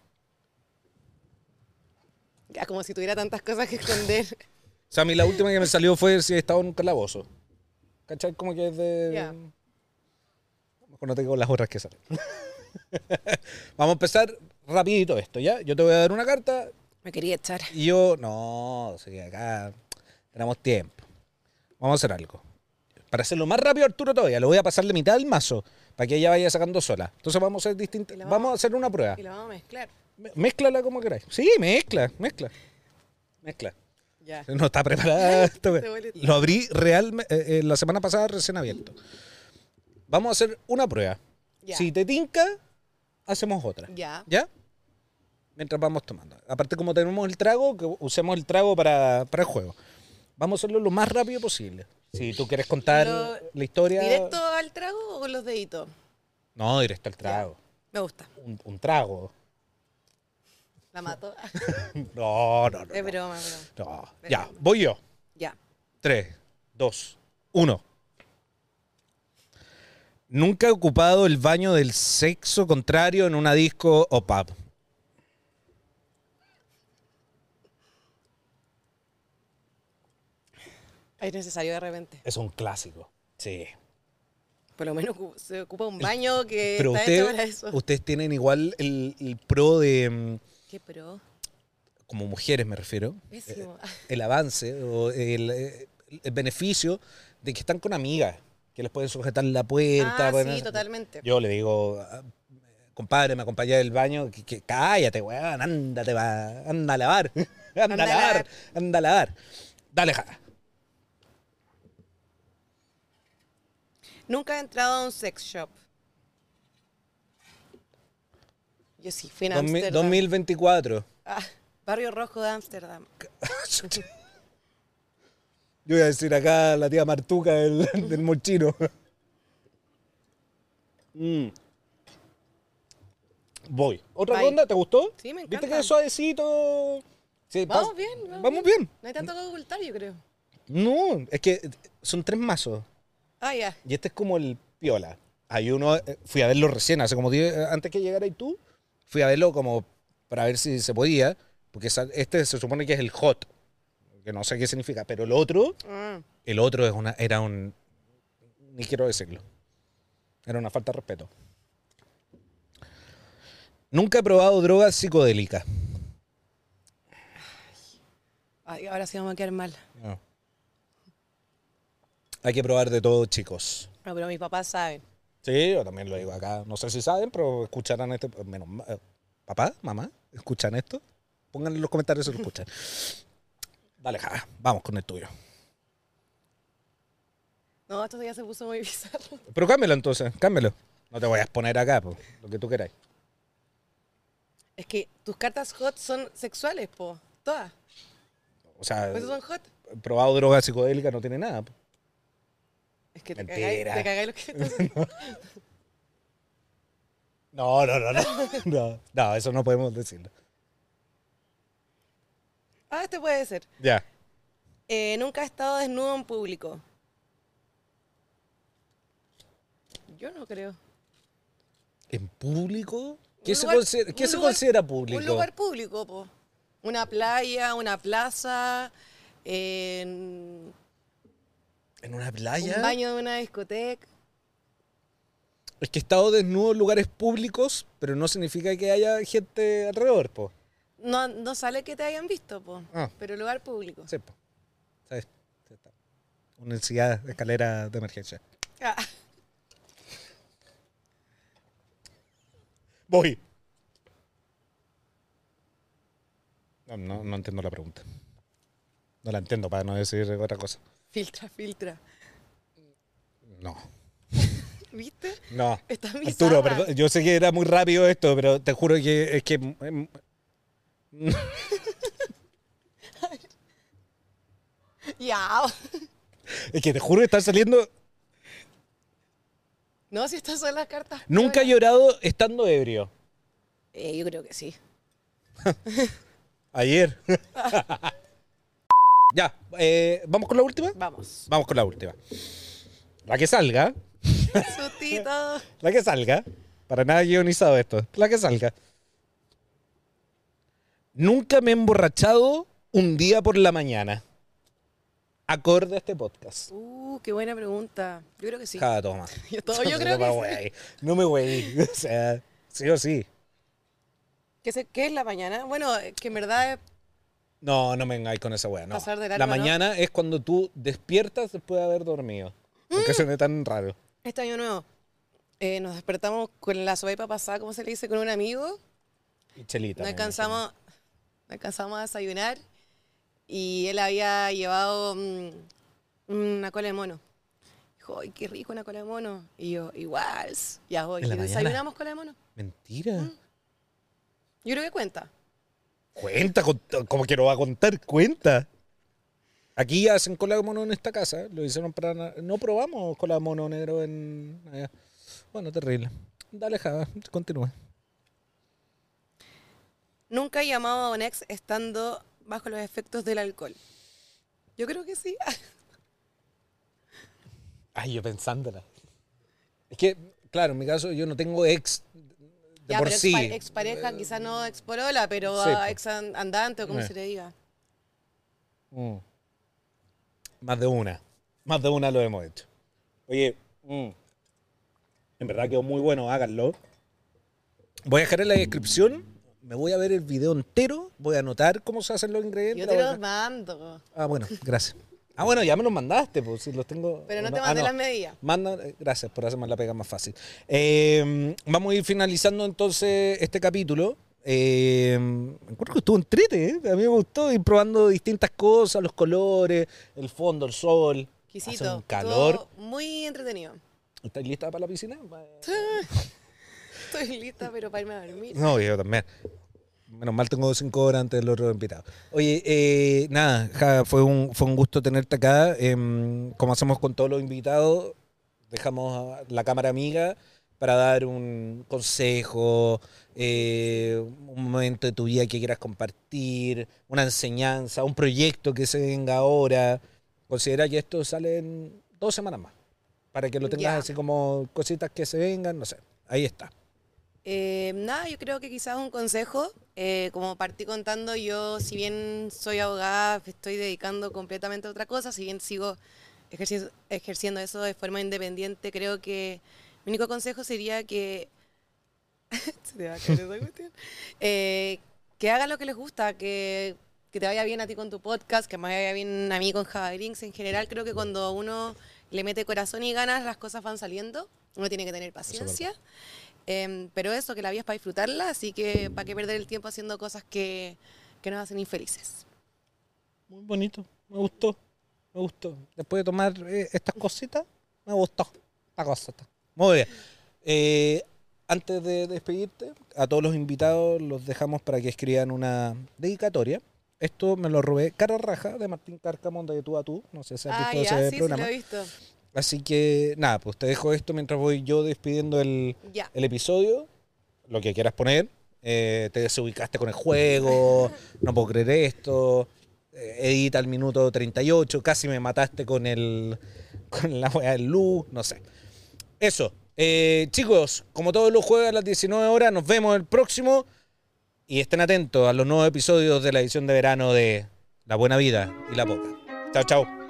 S2: Ya, como si tuviera tantas cosas que esconder.
S1: O sea, a mí la última que me salió fue si he estado en un calabozo. ¿Cachai? Como que es de...
S2: Ya.
S1: A lo mejor no tengo las horas que salen. Vamos a empezar rapidito esto, ¿ya? Yo te voy a dar una carta
S2: Me quería echar.
S1: y yo... No, sí, acá tenemos tiempo. Vamos a hacer algo. Para hacerlo más rápido, Arturo, todavía. Le voy a pasar la mitad del mazo para que ella vaya sacando sola. Entonces vamos a hacer distintas...
S2: Y la
S1: Vamos,
S2: vamos-
S1: a hacer una prueba.
S2: Y lo vamos a mezclar.
S1: Me- Mézclala como queráis. Sí, mezcla, mezcla. Mezcla.
S2: Ya.
S1: No está preparada. esta wea.
S2: Te huele-
S1: Lo abrí realme- eh, eh, la semana pasada recién abierto. Vamos a hacer una prueba.
S2: Ya.
S1: Si te tinca, hacemos otra.
S2: Ya.
S1: ¿Ya? Mientras vamos tomando. Aparte, como tenemos el trago, que usemos el trago para, para el juego. Vamos a hacerlo lo más rápido posible. Si tú quieres contar
S2: Lo-
S1: la historia.
S2: ¿Directo al trago o con los deditos?
S1: No, directo al trago.
S2: Me gusta.
S1: Un, un trago.
S2: La mato.
S1: No, no, no.
S2: es
S1: no.
S2: broma, es broma.
S1: No.
S2: Es
S1: Ya,
S2: broma.
S1: voy yo.
S2: Ya.
S1: Tres, dos, uno. Nunca he ocupado el baño del sexo contrario en una disco o pub.
S2: Es necesario de repente.
S1: Es un clásico. Sí.
S2: Por lo menos ocu- se ocupa un baño que
S1: Pero
S2: está
S1: usted-
S2: hecho para eso.
S1: ustedes tienen igual el, el pro de, mm,
S2: Qué pro.
S1: como mujeres me refiero,
S2: Pésimo.
S1: el avance o el, eh, el beneficio de que están con amigas, que les pueden sujetar la puerta.
S2: Ah,
S1: bueno,
S2: sí, totalmente.
S1: Yo le digo, ah, compadre, me acompañé del baño, que, que cállate, weón, ándate, va, anda a lavar, anda, a
S2: Anda a
S1: lavar,
S2: lavar.
S1: anda a lavar. Dale, jala.
S2: Nunca he entrado a un sex shop. Yo sí, fui en
S1: Dos mil-
S2: Ámsterdam.
S1: 2024.
S2: Ah, Barrio Rojo de Ámsterdam.
S1: Yo voy a decir acá la tía Martuca del, del mochino. Mm. Voy. ¿Otra
S2: Bye.
S1: ronda? ¿Te gustó?
S2: Sí, me
S1: ¿Viste
S2: encanta.
S1: que es suavecito? Sí,
S2: Vamos
S1: pas-
S2: bien, vamos
S1: Vamos bien.
S2: No hay tanto que ocultar, yo creo.
S1: No, es que son tres mazos.
S2: Ah, ya.
S1: Y este es como el piola. Hay uno, eh, fui a verlo recién, hace como 10, eh, antes que llegara y tú, fui a verlo como para ver si se podía, porque esa- este se supone que es el hot, que no sé qué significa, pero el otro,
S2: Mm.
S1: el otro es una, era un, ni quiero decirlo, era una falta de respeto. Nunca he probado drogas psicodélicas.
S2: Ay, ahora sí vamos a quedar mal.
S1: No. Hay que probar de todo, chicos.
S2: No, pero mis papás saben.
S1: Sí, yo también lo digo acá. No sé si saben, pero escucharán este. Menos ma- eh, papá, mamá, ¿escuchan esto? Pónganle en los comentarios si lo escuchan. Dale, ja, vamos con el tuyo.
S2: No, esto ya se puso muy bizarro.
S1: Pero cámbialo entonces, cámbialo. No te voy a exponer acá, po, lo que tú queráis.
S2: Es que tus cartas hot son sexuales, po. Todas.
S1: O sea,
S2: Por Pues eso son hot.
S1: probado droga psicodélica no tiene nada. po.
S2: Es que te
S1: Mentira.
S2: cagáis, te cagáis lo que estás haciendo.
S1: No, no, no, no. No, no, eso no podemos decirlo.
S2: Ah, este puede ser.
S1: Ya.
S2: Eh, nunca he estado desnudo en público. Yo no creo.
S1: ¿En público? ¿Qué
S2: Un
S1: se,
S2: lugar-
S1: considera, qué
S2: un
S1: se
S2: lugar-
S1: considera público?
S2: Un lugar público, po. Una playa, una plaza, en
S1: ¿En una
S2: un
S1: playa?
S2: baño de una discoteca.
S1: Es que he estado desnudo en lugares públicos, pero no significa que haya gente alrededor, po.
S2: No, no sale que te hayan visto, po.
S1: Ah.
S2: Pero lugar público.
S1: Sí, po. ¿Sabes? Sí, está. Universidad, escalera de emergencia.
S2: Ah,
S1: Voy. No, no, no entiendo la pregunta. No la entiendo para no decir otra cosa.
S2: filtra, filtra.
S1: No.
S2: ¿Viste?
S1: No.
S2: Estás bizarra.
S1: Arturo, perdón, yo sé que era muy rápido esto, pero te juro que es que... em,
S2: Ya.
S1: Es que te juro que están saliendo...
S2: No, si estas son las cartas.
S1: Nunca he llorado estando ebrio.
S2: Eh, yo creo que sí.
S1: Ayer. ya, eh, ¿vamos con la última?
S2: Vamos.
S1: Vamos con la última. La que salga,
S2: Sustito.
S1: la que salga. Para nada guionizado esto. La que salga. Nunca me he emborrachado un día por la mañana. Acorde a este podcast.
S2: Uh, qué buena pregunta. Yo creo que sí.
S1: Cada toma.
S2: Yo, todo, yo
S1: No
S2: creo
S1: me
S2: que sí.
S1: güey. No me güey. O sea, sí o sí.
S2: ¿Qué, se- qué es la mañana? Bueno, eh, que en verdad es
S1: No, no me vengáis con esa wea, no.
S2: Pasar de
S1: la
S2: largo, ¿no?
S1: mañana es cuando tú despiertas después de haber dormido.
S2: Mm.
S1: Porque suena tan raro.
S2: este año nuevo. Eh, nos despertamos con la sopa pasada, como se le dice, con un amigo.
S1: Y chelita.
S2: No
S1: me imagino.
S2: alcanzamos, no alcanzamos a desayunar y él había llevado mm, una cola de mono. Dijo, ¡ay, qué rico una cola de mono! Y yo, igual, ya voy.
S1: ¿En la
S2: Y
S1: mañana?
S2: desayunamos cola de mono.
S1: Mentira.
S2: Yo creo que cuenta.
S1: Cuenta, cont- como que no va a contar, cuenta. Aquí hacen cola de mono en esta casa. Lo hicieron para. na- No probamos cola de mono negro en. allá. Bueno, terrible. Dale, Java, continúa.
S2: Nunca he llamado a Onex estando bajo los efectos del alcohol. Yo creo que sí.
S1: Ay, yo pensándola. Es que, claro, en mi caso yo no tengo ex de
S2: ya,
S1: por
S2: pero
S1: sí.
S2: expa- expareja, quizás no exporola, pero
S1: Sí,
S2: ah,
S1: po.
S2: ex an- andante o como
S1: Eh.
S2: se le diga.
S1: Mm. Más de una. Más de una lo hemos hecho. Oye, mm, en verdad quedó muy bueno, háganlo. Voy a dejar en la descripción, me voy a ver el video entero, voy a anotar cómo se hacen los ingredientes.
S2: Yo te
S1: la
S2: los
S1: verdad.
S2: mando,
S1: Ah, bueno, gracias. Ah, bueno, ya me los mandaste, pues si los tengo.
S2: pero no
S1: Ah,
S2: te mandé
S1: no.
S2: las medidas.
S1: Manda, eh, gracias por hacerme la pega más fácil. Eh, vamos a ir finalizando entonces este capítulo. Eh, encuentro que estuvo entrete, ¿eh? a mí me gustó ir probando distintas cosas, los colores, el fondo, el sol. Hace
S2: Quisito.
S1: un calor.
S2: Muy entretenido.
S1: ¿Estás lista para la piscina?
S2: Estoy lista, pero para irme a dormir.
S1: No, yo también. Menos mal tengo cinco horas antes del otro invitado. Oye, eh, nada, Ja, fue un, fue un gusto tenerte acá. Em, como hacemos con todos los invitados, dejamos a la cámara amiga para dar un consejo, eh, un momento de tu vida que quieras compartir, una enseñanza, un proyecto que se venga ahora. Considera que esto sale en dos semanas más, para que lo tengas
S2: Ya.
S1: así como cositas que se vengan, no sé. Ahí está.
S2: Eh, nada, yo creo que quizás un consejo, eh, como partí contando, yo si bien soy abogada, me estoy dedicando completamente a otra cosa, si bien sigo ejerci- ejerciendo eso de forma independiente, creo que mi único consejo sería que, se te va a caer esa cuestión. Eh, que hagan lo que les gusta, que, que te vaya bien a ti con tu podcast, que me vaya bien a mí con Java Drinks. En general creo que cuando uno le mete corazón y ganas, las cosas van saliendo, uno tiene que tener paciencia. Em, pero eso, que la vida es para disfrutarla, así que para qué perder el tiempo haciendo cosas que, que nos hacen infelices.
S1: Muy bonito, me gustó, me gustó. Después de tomar eh, estas cositas, me gustó esta cosita. Muy bien. Eh, antes de despedirte, a todos los invitados los dejamos para que escriban una dedicatoria. Esto me lo robé cara a raja de Martín Carcamón de Tú a Tú. No sé si has
S2: Ah,
S1: visto
S2: ya,
S1: ese
S2: sí, sí lo
S1: programa.
S2: he visto.
S1: Así que nada, pues te dejo esto mientras voy yo despidiendo el,
S2: Ya.
S1: el episodio, lo que quieras poner. eh, te desubicaste con el juego, no puedo creer esto. eh, edita el minuto 38, casi me mataste con el con la weá del luz, no sé. Eso. eh, chicos, como todos los jueves a las 19 horas, nos vemos el próximo. Y estén atentos a los nuevos episodios de la edición de verano de La Buena Vida y la Poca. Chao, chao.